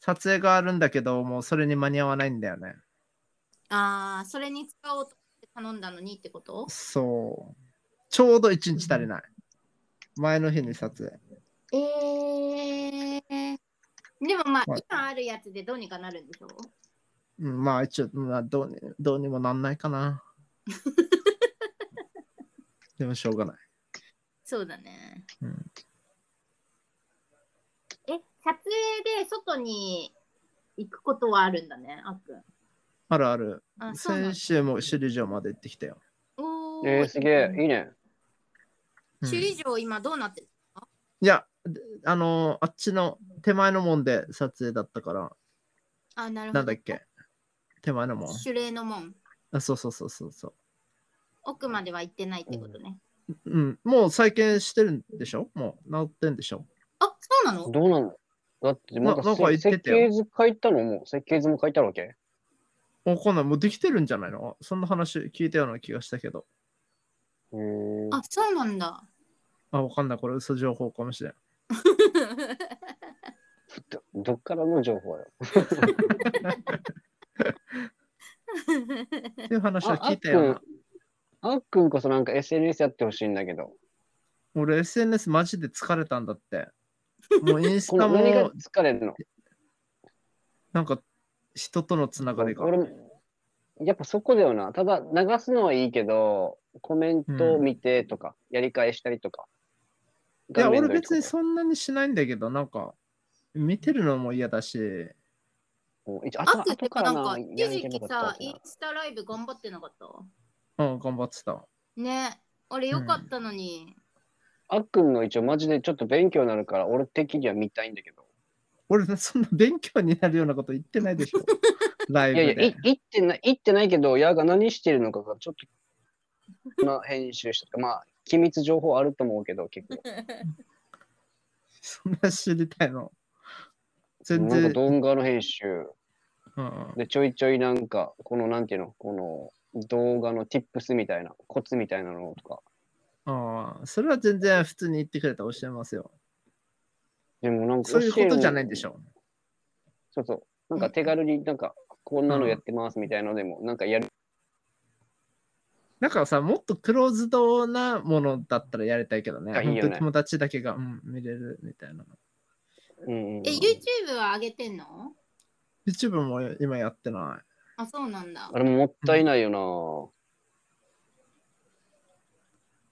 [SPEAKER 2] 撮影があるんだけど、もうそれに間に合わないんだよね。
[SPEAKER 1] ああ、それに使おうと頼んだのにってこと
[SPEAKER 2] そう。ちょうど1日足りない。前の日に撮影。
[SPEAKER 1] ええでもまあ、
[SPEAKER 2] まあ
[SPEAKER 1] 今あるやつでどうにかなるんでしょ
[SPEAKER 2] うん、まあ一応、まあ、どうにどうにもなんないかな。
[SPEAKER 1] <laughs>
[SPEAKER 2] でもしょうがない。
[SPEAKER 1] そうだね。
[SPEAKER 2] うん
[SPEAKER 1] え、撮影で外に行くことはあるんだね、あっくん。
[SPEAKER 2] あるある。
[SPEAKER 1] あ、そうなん
[SPEAKER 2] 先
[SPEAKER 1] だ。
[SPEAKER 2] 週も首里城まで行ってきたよ。
[SPEAKER 1] おー
[SPEAKER 3] えー、すげえ、いいね。
[SPEAKER 2] うん
[SPEAKER 1] 首里城今どうなってる
[SPEAKER 2] いや、であのーあっちの手前の門で撮影だったから、
[SPEAKER 1] あ、なるほ
[SPEAKER 2] なん
[SPEAKER 1] ど。
[SPEAKER 2] だっけ手前の門
[SPEAKER 1] 守礼の門。
[SPEAKER 2] あそうそうそうそうそ
[SPEAKER 1] 奥までは行ってないってことね。
[SPEAKER 2] う。うん、もう再建してるんでしょもう治ってんでしょ
[SPEAKER 1] あ、そうなの
[SPEAKER 3] どうなんだだってまだ
[SPEAKER 2] ななん
[SPEAKER 3] せ
[SPEAKER 2] か言って
[SPEAKER 3] 設
[SPEAKER 2] たよ
[SPEAKER 3] 計図書いたのもう設計図も書いてあるわけ
[SPEAKER 2] わかんない。もうできてるんじゃないのそんな話聞いたような気がしたけど。
[SPEAKER 3] へー
[SPEAKER 1] あ、そうなんだ。
[SPEAKER 2] あ、わかんない。これ嘘情報かもしれん。
[SPEAKER 3] どどっからの情報よ
[SPEAKER 2] っていう話は
[SPEAKER 3] ああ
[SPEAKER 2] 聞
[SPEAKER 3] っ
[SPEAKER 2] いたよ
[SPEAKER 3] く
[SPEAKER 2] うんな。、
[SPEAKER 3] あっくんこそなんか SNS やってほしいんだけど、
[SPEAKER 2] 俺 SNS マジで疲れたんだ
[SPEAKER 3] <laughs>
[SPEAKER 2] って。もうインス
[SPEAKER 3] こ
[SPEAKER 2] タ
[SPEAKER 3] の何が
[SPEAKER 2] も
[SPEAKER 3] 疲れるの
[SPEAKER 2] なんか人とのつながりが。
[SPEAKER 3] 俺もやっぱそこだよな。ただ流すのはいいけど、コメントを見てとか、やり返したりとか。
[SPEAKER 2] いや、
[SPEAKER 3] 画面
[SPEAKER 2] 俺
[SPEAKER 3] 撮りと
[SPEAKER 2] 別
[SPEAKER 3] か
[SPEAKER 2] にそんなにしないんだけど、なんか見てるのも嫌だし、
[SPEAKER 3] うん一応
[SPEAKER 1] あ
[SPEAKER 3] 後
[SPEAKER 1] っくんって
[SPEAKER 3] 後か
[SPEAKER 1] な
[SPEAKER 3] ら
[SPEAKER 1] ん
[SPEAKER 3] な
[SPEAKER 1] か、
[SPEAKER 3] や
[SPEAKER 1] 一時
[SPEAKER 3] らなきゃいけ
[SPEAKER 1] 期
[SPEAKER 3] なか
[SPEAKER 1] さ
[SPEAKER 3] っ、た
[SPEAKER 1] イン
[SPEAKER 3] な
[SPEAKER 1] スタライブ頑張ってなかった
[SPEAKER 2] うん、頑張ってた。
[SPEAKER 1] ね俺よかったのに。
[SPEAKER 3] あっくんの一応マジでちょっと勉強になるから、俺的には見たいんだけど。
[SPEAKER 2] 俺、そんな勉強になるようなこと言ってない
[SPEAKER 3] <laughs>
[SPEAKER 2] でしょ。ライ
[SPEAKER 3] い
[SPEAKER 2] ブ
[SPEAKER 3] や
[SPEAKER 2] で。
[SPEAKER 3] いや、い言ってない、言ってないけど、矢が何してるのかがちょっと、まあ、編集したとか、まあ、機密情報あると思うけど、結構。
[SPEAKER 2] そんな知りたいの。全
[SPEAKER 3] なんか
[SPEAKER 2] 然。
[SPEAKER 3] 動画の編集。
[SPEAKER 2] うん
[SPEAKER 3] で、ちょいちょいなんか、この、なんていうの、この動画の tips みたいな、コツみたいなのとか。
[SPEAKER 2] ああ、それは全然普通に言ってくれたら教えますよ。
[SPEAKER 3] でもなんか、
[SPEAKER 2] そういうことじゃないんでし
[SPEAKER 3] ょ。
[SPEAKER 2] ょ。
[SPEAKER 3] そうそう。なんか手軽になんか、こんなのやってますみたいなのでも、なんかやる。
[SPEAKER 2] なんかさ、もっとクローズドなものだったらやりたいけどね。
[SPEAKER 3] あいいよね
[SPEAKER 2] 本当に友達だけが、うん、見れるみたいな。
[SPEAKER 3] うんうんうん
[SPEAKER 1] え、YouTube は上げてんの
[SPEAKER 2] YouTube も今やってな
[SPEAKER 1] あ、そうなんだ
[SPEAKER 3] あ。れもったいないよな。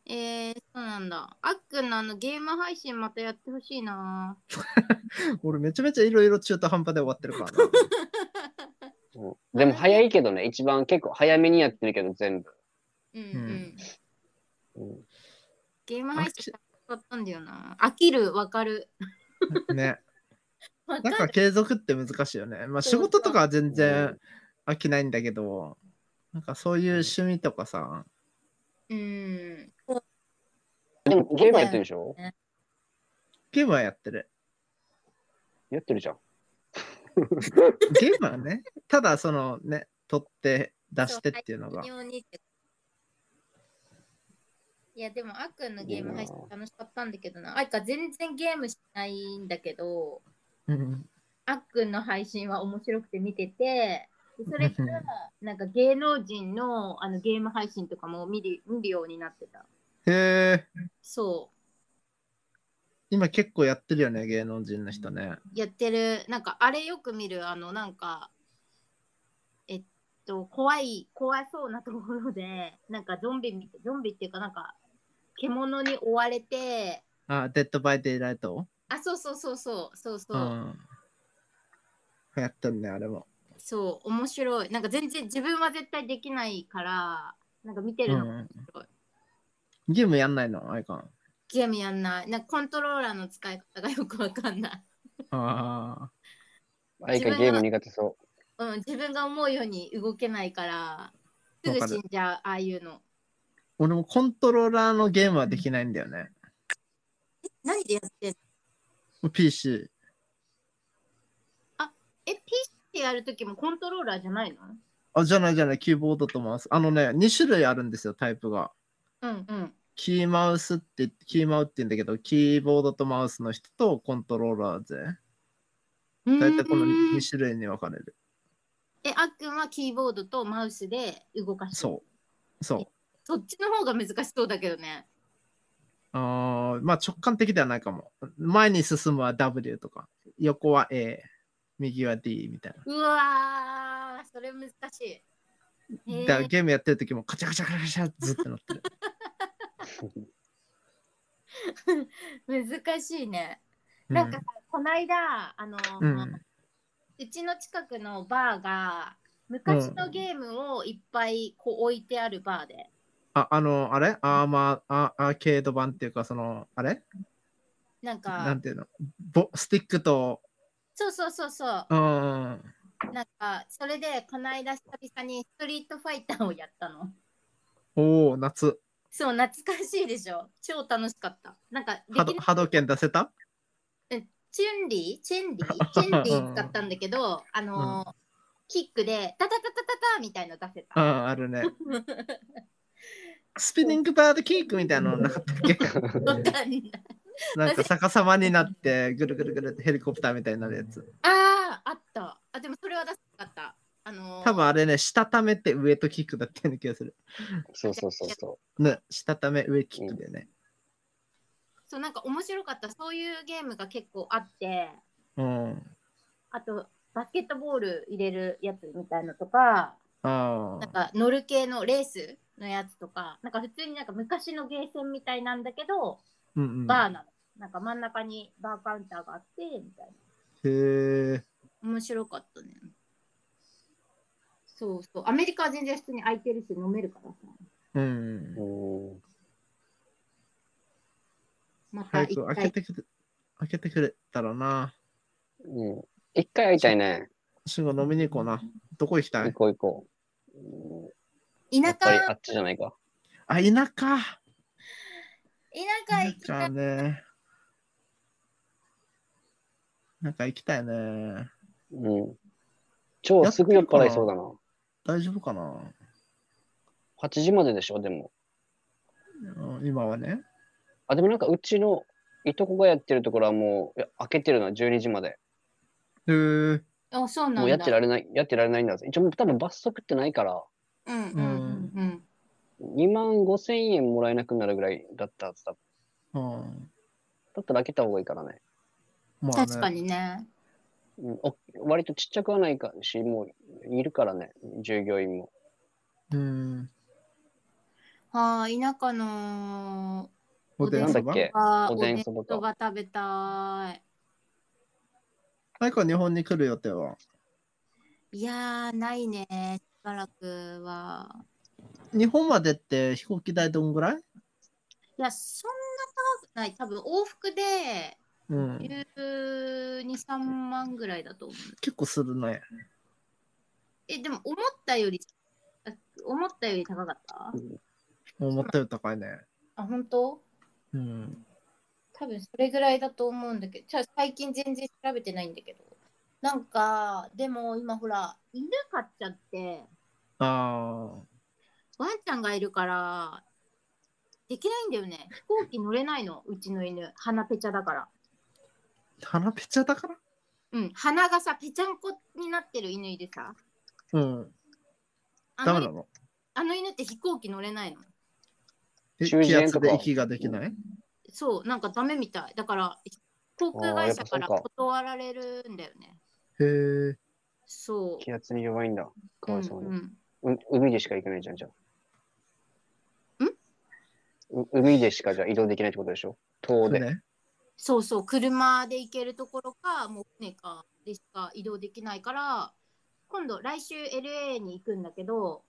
[SPEAKER 1] えー、そうなんだ。あっくんのあのゲーム配信またやってほしいな。
[SPEAKER 2] い。俺めちゃめちゃいろいろ中途半端で終わってるからな。
[SPEAKER 3] うんでも早いけどね、一番結構早めにやってるけど、全部。
[SPEAKER 1] うんうん。
[SPEAKER 2] うん
[SPEAKER 3] うん
[SPEAKER 1] ゲーム配信だったんだよな。飽きる、わかる。
[SPEAKER 3] <laughs>
[SPEAKER 2] ね。
[SPEAKER 1] わか
[SPEAKER 2] なんか
[SPEAKER 1] る。
[SPEAKER 2] 継続って難しいよね。まあ仕事とかは全然飽きないんだけど、なんかそういう趣味とかさ、
[SPEAKER 1] うん。
[SPEAKER 3] でもゲームやってるでしょ
[SPEAKER 2] ゲームはやってる。
[SPEAKER 3] やってるじゃん。
[SPEAKER 2] ゲームは
[SPEAKER 3] <laughs>
[SPEAKER 2] ね、ただそのね、取って出してっていうのが
[SPEAKER 1] 微。妙にっていや、でも、あっくんのゲーム配信楽しかったんだけどな。あいか全然ゲームしないんだけど、
[SPEAKER 2] うん、
[SPEAKER 1] あっくんの配信は面白くて見てて、でそれから、 <laughs> なんか芸能人のあのゲーム配信とかも見る見るようになってた。
[SPEAKER 2] へえ、
[SPEAKER 1] そう。
[SPEAKER 2] 今結構やってるよね、芸能人の人ね。
[SPEAKER 1] やってるなんかあれよく見るあのなんかえっと怖い怖そうなところでなんかゾンビみたいゾンビっていうかなんか獣に追われて
[SPEAKER 2] あ、デッドバイデイライト
[SPEAKER 1] あそうそうそうそうそうそうう、
[SPEAKER 2] ん。やってるね、あれも。
[SPEAKER 1] そう面白いなんか全然自分は絶対できないからなんか見て
[SPEAKER 2] う
[SPEAKER 1] るのが
[SPEAKER 2] ん
[SPEAKER 1] 白い、
[SPEAKER 2] ゲームやんないの、アイカン。
[SPEAKER 1] ゲームやんないなんかコントローラーの使い方がよくわかんない、
[SPEAKER 2] あ
[SPEAKER 3] あい
[SPEAKER 1] 自
[SPEAKER 3] か
[SPEAKER 1] 分が
[SPEAKER 3] ゲーム苦手そ
[SPEAKER 1] うん、自分が思うように動けないからすぐ死んじゃうああいうの
[SPEAKER 2] ー俺もコントローラーのゲームはできないんだよね。
[SPEAKER 1] 何でやってんの
[SPEAKER 2] PC。
[SPEAKER 1] え、ピッてやるときもコントローラーじゃないの
[SPEAKER 2] あ、じゃないじゃない、キーボードとマウス。あのね、2種類あるんですよ、タイプが。
[SPEAKER 1] うんうん。
[SPEAKER 2] キーマウスって、キーマウって言うんだけど、キーボードとマウスの人とコントローラーで。大体この
[SPEAKER 1] うーん
[SPEAKER 2] 2種類に分かれる。
[SPEAKER 1] え、あっくんはキーボードとマウスで動かしてう。
[SPEAKER 2] そう。そう。
[SPEAKER 1] そっちの方が難しそうだけどね。
[SPEAKER 2] あーまあ直感的ではないかも。前に進むは W とか、横は A、右は D みたいう
[SPEAKER 1] わー、それ難しい。へ
[SPEAKER 2] な。
[SPEAKER 1] ー
[SPEAKER 2] だからゲームやってる時もカチャカチャカチャカチャずっとなってる。
[SPEAKER 1] 難しいね。 <laughs> なんかさ、こないだ、あの、
[SPEAKER 2] う、
[SPEAKER 1] うんちの近くのバーが、昔のゲームをいっぱいこう置いてあるバーで。
[SPEAKER 2] あ、あの、あれアーマーあ、アーケード版っていうか、その、あれ
[SPEAKER 1] なん
[SPEAKER 2] な
[SPEAKER 1] か
[SPEAKER 2] ん、ていうのボスティックと、
[SPEAKER 1] そうそうそうそう。
[SPEAKER 2] うん。あ
[SPEAKER 1] なんか、それで、こないだ久々にストリートファイターをやったの。
[SPEAKER 2] おお、夏
[SPEAKER 1] そう、懐かしいでしょ。超楽しかった。なんか、
[SPEAKER 2] 波
[SPEAKER 1] で
[SPEAKER 2] 動。
[SPEAKER 1] きな
[SPEAKER 2] 波動拳出せた
[SPEAKER 1] チュンリーチェンリーチェンリー使ったんだけど、あのーキックで、タタタタタタみたいの出せ
[SPEAKER 2] う
[SPEAKER 1] た。
[SPEAKER 2] ん、あ
[SPEAKER 1] <laughs>
[SPEAKER 2] るね。スピニングバードキックみたいなのなかったっ
[SPEAKER 1] <laughs>
[SPEAKER 2] け
[SPEAKER 1] わかんない。
[SPEAKER 2] なんか逆さまになって、ぐるぐるぐるってヘリコプターみたいになるやつ。
[SPEAKER 1] ああ、あった。あ、でもそれは出せなかった。あのー
[SPEAKER 2] 多分あれね、下ためて上とキックだったような気がする。
[SPEAKER 3] う。そうそうそうそ
[SPEAKER 2] ね、下ため上キックでね。
[SPEAKER 1] そう、なんか面白かった。そういうゲームが結構あって、
[SPEAKER 2] うん。
[SPEAKER 1] あと、バスケットボール入れるやつみたいのとか、
[SPEAKER 2] あ
[SPEAKER 1] なん
[SPEAKER 2] あ。
[SPEAKER 1] か乗る系のレースのやつとか、なんか普通になんか昔のゲーセンみたいなんだけど、
[SPEAKER 2] うんうん、
[SPEAKER 1] バーなの。なんか真ん中にバーカウンターがあって、みたい
[SPEAKER 2] へえ。
[SPEAKER 1] な。面白かったね。そうそう。アメリカは全然普通に空いてるし、飲めるからさ。
[SPEAKER 2] うん
[SPEAKER 3] う。。うん
[SPEAKER 1] また
[SPEAKER 2] 早
[SPEAKER 1] 行きた
[SPEAKER 2] く開け
[SPEAKER 1] い。
[SPEAKER 2] てくれ、開けてくれたらな。
[SPEAKER 3] うん。一回会いたいね。
[SPEAKER 2] 慎吾飲みに行こうな。どこ行きた
[SPEAKER 3] 行
[SPEAKER 2] い
[SPEAKER 3] こう行こう。うんや
[SPEAKER 1] 田
[SPEAKER 3] っぱりあ
[SPEAKER 1] 舎
[SPEAKER 3] っ、ちじゃないか。
[SPEAKER 2] あ、田舎。
[SPEAKER 1] 田舎行き
[SPEAKER 2] じ
[SPEAKER 1] た
[SPEAKER 2] ゃ
[SPEAKER 1] い
[SPEAKER 2] あ。ね。なんか行きたいね。
[SPEAKER 3] うん。超すぐ酔っ払いそうだな。
[SPEAKER 2] 大丈夫かな、
[SPEAKER 3] 8時まででしょ、でも。
[SPEAKER 2] うん今はね。
[SPEAKER 3] あ、でもなんかうちのいとこがやってるところはもう、いや開けてるのは12時まで。
[SPEAKER 2] へー
[SPEAKER 1] あ、そうなんだ。
[SPEAKER 3] もうやってられない、やってられないんだぜ。一応もう多分罰則ってないから、
[SPEAKER 1] うんうんうんうん。
[SPEAKER 3] 2万5千円もらえなくなるぐらいだったはずだ。
[SPEAKER 2] うん。
[SPEAKER 3] だったら開けた方がいいからね。
[SPEAKER 2] まあね
[SPEAKER 1] 確か。にね。
[SPEAKER 3] うん、お割とちっちゃくはないかし、もういるからね、従業員も。
[SPEAKER 2] うん。
[SPEAKER 1] はあ、田舎の
[SPEAKER 2] おで
[SPEAKER 1] おで
[SPEAKER 2] ん
[SPEAKER 1] ん
[SPEAKER 3] なんだ
[SPEAKER 2] そ
[SPEAKER 3] っ
[SPEAKER 2] ば。
[SPEAKER 3] け
[SPEAKER 1] あー
[SPEAKER 3] お
[SPEAKER 1] お
[SPEAKER 3] で
[SPEAKER 1] で
[SPEAKER 3] ん
[SPEAKER 1] ん
[SPEAKER 3] そば
[SPEAKER 1] と
[SPEAKER 3] か。
[SPEAKER 1] か食べた
[SPEAKER 2] マイクは日本に来る予定は。
[SPEAKER 1] い。いやー、ないね。しばらくは。
[SPEAKER 2] 日本までって飛行機代どんぐらい
[SPEAKER 1] いや、そんな高くない。多分往復で
[SPEAKER 2] うん。
[SPEAKER 1] 12、3万ぐらいだと思う。
[SPEAKER 2] 結構するね。
[SPEAKER 1] え、でも思ったより、あ思ったより高かった
[SPEAKER 2] 思ったより高いね。
[SPEAKER 1] あ、本当
[SPEAKER 2] うん。
[SPEAKER 1] 多分それぐらいだと思うんだけど、じゃあ最近全然調べてないんだけど。なんか、でも今ほら、犬飼っちゃって、
[SPEAKER 2] あ
[SPEAKER 1] ワンちゃんがいるから、できないんだよね。飛行機乗れないの、うちの犬。鼻ペチャだから。
[SPEAKER 2] あ。鼻ペチャだから
[SPEAKER 1] うん、鼻がさ、ペチャンコになってる犬いるさ。
[SPEAKER 2] うん。
[SPEAKER 1] あ
[SPEAKER 2] ダメ
[SPEAKER 1] の
[SPEAKER 2] なの
[SPEAKER 1] あの犬って飛行機乗れないの。
[SPEAKER 2] え
[SPEAKER 3] 中
[SPEAKER 2] 気
[SPEAKER 3] 耳炎
[SPEAKER 2] 圧
[SPEAKER 3] とか
[SPEAKER 2] で息ができない
[SPEAKER 1] そう、なんかダメみたい。だから、航空会社から
[SPEAKER 3] あーやっぱそうか
[SPEAKER 1] 断られるんだよね。
[SPEAKER 2] へえ。
[SPEAKER 1] そう。
[SPEAKER 3] 気圧に弱いんだ。かわいそう
[SPEAKER 1] う
[SPEAKER 3] に。
[SPEAKER 1] んうん
[SPEAKER 3] う海でしか行けないじゃん、じゃあ。
[SPEAKER 1] ん
[SPEAKER 3] う海でしかじゃあ移動できないってことでしょ遠出。
[SPEAKER 2] ね。
[SPEAKER 1] そうそう、車で行けるところか、もう船かでしか移動できないから、今度、来週 LA に行くんだけど、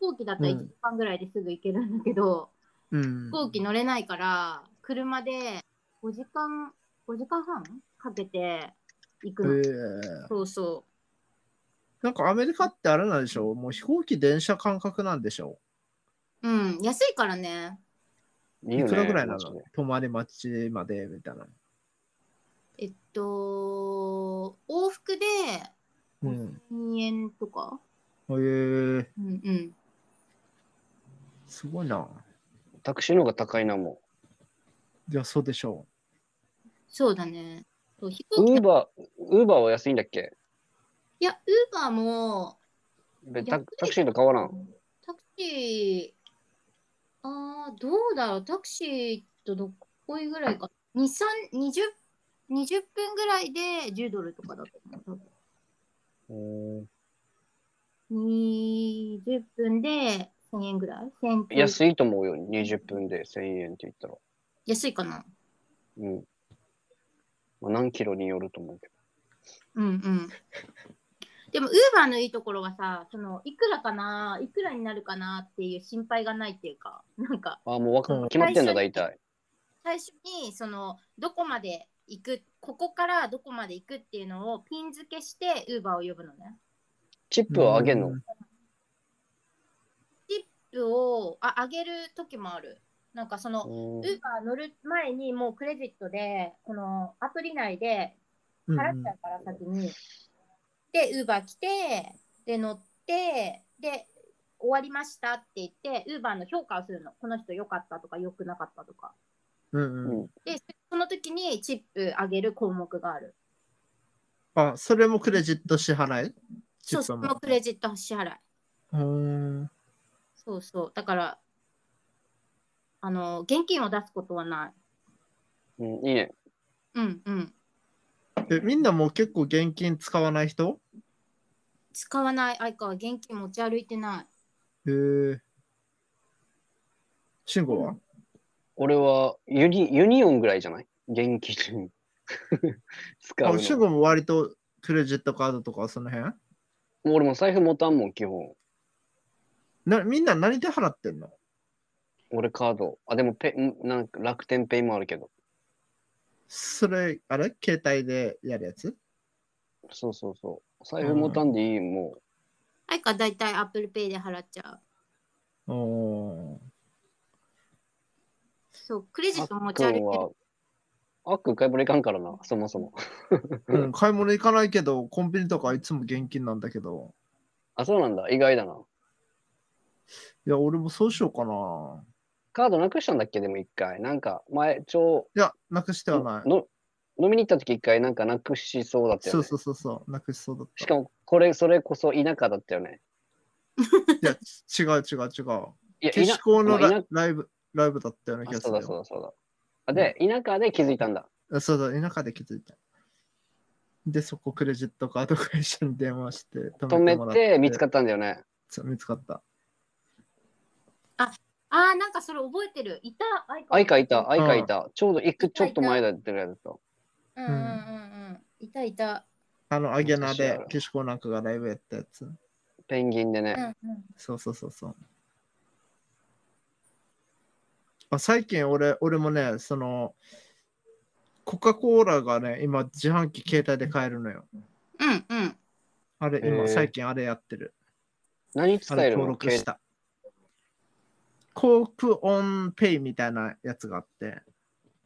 [SPEAKER 1] 飛行機だったら1
[SPEAKER 2] うん
[SPEAKER 1] 時間ぐらいですぐ行けるんだけど、
[SPEAKER 2] う
[SPEAKER 1] 飛。
[SPEAKER 2] ん
[SPEAKER 1] 行機乗れないから、車で5時間、5時間半かけて行くの。
[SPEAKER 2] へえ。
[SPEAKER 1] そうそう。
[SPEAKER 2] なんかアメリカってあれなんでしょうもう飛行機電車感覚なんでしょ
[SPEAKER 1] うん、安いからね。
[SPEAKER 3] いいう
[SPEAKER 2] い
[SPEAKER 3] よね。
[SPEAKER 2] くらぐらいなの
[SPEAKER 3] マジで
[SPEAKER 2] 泊まり待ちまでみたいな。
[SPEAKER 1] えっと、往復で
[SPEAKER 2] うん。
[SPEAKER 1] 2円とか。
[SPEAKER 2] へ
[SPEAKER 1] う
[SPEAKER 2] え。
[SPEAKER 1] んうん。
[SPEAKER 2] すごいな。
[SPEAKER 3] タクシーの方が高いな、も
[SPEAKER 2] いや、そうでしょ
[SPEAKER 1] そうだね。そう飛
[SPEAKER 3] う。
[SPEAKER 1] 行機だ
[SPEAKER 3] ウーバー、ウーバーは安いんだっけ
[SPEAKER 1] いや、ウーバーも
[SPEAKER 3] べ
[SPEAKER 1] 安い
[SPEAKER 3] タクタクシーと変わらん。
[SPEAKER 1] タクシー、ああ、どうだろう、タクシーとどっこいぐらいか、2、3、20、20分ぐらいで10ドルとかだと思う。20分で1000円ぐらい ?1000 円
[SPEAKER 3] 安いと思うよ、20分で1000円って言ったら。
[SPEAKER 1] 安いかな
[SPEAKER 3] うん。まあ、何キロによると思うけ
[SPEAKER 1] うんうん。でも、ウーバーのいいところはさ、そのいくらかな、いくらになるかなっていう心配がないっていうか、なんか、
[SPEAKER 3] ど。ああ、もうわか
[SPEAKER 2] うん
[SPEAKER 3] 決まってんだ、
[SPEAKER 1] 最
[SPEAKER 3] 大
[SPEAKER 1] 初
[SPEAKER 3] 体。
[SPEAKER 1] 最初にそのどこまで行くここからどこまで行くっていうのをピン付けしてウーバーを呼ぶのね。
[SPEAKER 3] チッ
[SPEAKER 2] う。
[SPEAKER 3] プは上げんの、
[SPEAKER 2] うん
[SPEAKER 1] チップをあ上げる時もある。なんかそのウ
[SPEAKER 3] うん
[SPEAKER 1] ーバー乗る前にもうクレジットでこのアプリ内で
[SPEAKER 2] うん
[SPEAKER 1] 払っちゃうから先に。でウーバー来てで乗ってで終わりましたって言ってウーバーの評価をするの。この人良かったとか良くなかったとか。
[SPEAKER 2] うんうん。
[SPEAKER 1] でその時にチップ上げる項目がある。
[SPEAKER 2] あ、それもクレジット支払い
[SPEAKER 1] そう、そのクレジット支払い。
[SPEAKER 2] うーん。
[SPEAKER 1] そうそう。だから、あの、現金を出すことはない。
[SPEAKER 3] うん、いいね。
[SPEAKER 1] うんうん。
[SPEAKER 2] え、みんなもう結構現金使わない人
[SPEAKER 1] 使わない相川、現金持ち歩いてない。
[SPEAKER 2] へえ。慎吾は
[SPEAKER 3] 俺はユニユニオンぐらいじゃない現金 <laughs> 使う
[SPEAKER 2] あ、慎
[SPEAKER 3] の。
[SPEAKER 2] 吾も割とクレジットカードとかその辺
[SPEAKER 3] もう俺も財布持たんもん、基本。
[SPEAKER 2] なみんな何で払ってんの
[SPEAKER 3] 俺カード。あ、でもペんなんか楽天ペイもあるけど。
[SPEAKER 2] それ、あれ携帯でやるやつ
[SPEAKER 3] そうそうそう。財布持たんでいい、も
[SPEAKER 1] あいかだいたい Apple Pay で払っちゃう。
[SPEAKER 2] おお
[SPEAKER 1] そう、クレジ
[SPEAKER 3] う。
[SPEAKER 1] ッ
[SPEAKER 3] あっ
[SPEAKER 1] ト持ち
[SPEAKER 3] く
[SPEAKER 1] 歩いて
[SPEAKER 3] ん
[SPEAKER 1] る。
[SPEAKER 3] は、あっくん買い物行かんからな、そもそも。
[SPEAKER 2] ー。うん、買い物行かないけど、コンビニとかいつも現金なんだけど。
[SPEAKER 3] あ、そうなんだ。意外だな。
[SPEAKER 2] いや、俺もそうしようかな。
[SPEAKER 3] カードなくしたんだっけでも一回。なんか、前、超、
[SPEAKER 2] いや、なくしてはない。
[SPEAKER 3] の飲みに行った時一回なんかなくしそうだったよ
[SPEAKER 2] そう
[SPEAKER 3] ね。
[SPEAKER 2] そうそうそう、なくしそうだっ。
[SPEAKER 3] したかも、これ、それこそ田舎だったよね。
[SPEAKER 2] いや、ち違う違う違う。
[SPEAKER 3] いや、
[SPEAKER 2] 消し校の
[SPEAKER 3] 田
[SPEAKER 2] ラライブ、ライブだったような気
[SPEAKER 3] あ
[SPEAKER 2] がす
[SPEAKER 3] そ
[SPEAKER 2] る
[SPEAKER 3] うだ
[SPEAKER 2] よ。
[SPEAKER 3] そうだそうだ。あで、田舎で気づいたんだ。
[SPEAKER 2] あそうだ、田舎で気づいた。で、そこクレジットカード会社に電話して
[SPEAKER 3] 止めて見つか
[SPEAKER 2] っ
[SPEAKER 3] ったんだよね。
[SPEAKER 2] た。見つかった。
[SPEAKER 1] ああ、なんかそれ覚えてる。いた、あいか。
[SPEAKER 3] アイカいた、アイカいた。ちょうど行
[SPEAKER 1] い
[SPEAKER 3] く
[SPEAKER 1] た
[SPEAKER 3] ちょっと前だったぐらいだった。
[SPEAKER 1] うんうんうんうん。いたいた。
[SPEAKER 2] あの、アゲナ
[SPEAKER 3] 懐かしい
[SPEAKER 2] で
[SPEAKER 3] な
[SPEAKER 2] 消し校なんかがライブやったやつ。
[SPEAKER 3] ペンギンで
[SPEAKER 1] う
[SPEAKER 3] ね。
[SPEAKER 1] んうん。
[SPEAKER 2] そうそうそうそう。あ最近俺、俺もね、その、コカ・コーラがね、今、自販機携帯で買えるのよ。
[SPEAKER 1] うんうん。
[SPEAKER 2] あれ、
[SPEAKER 3] へ
[SPEAKER 2] 今、
[SPEAKER 3] ー
[SPEAKER 2] 最近あれやってる。
[SPEAKER 3] 何使
[SPEAKER 2] あ
[SPEAKER 3] え
[SPEAKER 2] れ
[SPEAKER 3] る
[SPEAKER 2] 登
[SPEAKER 3] の
[SPEAKER 2] 録した。コープオンペイみたいなやつがあって、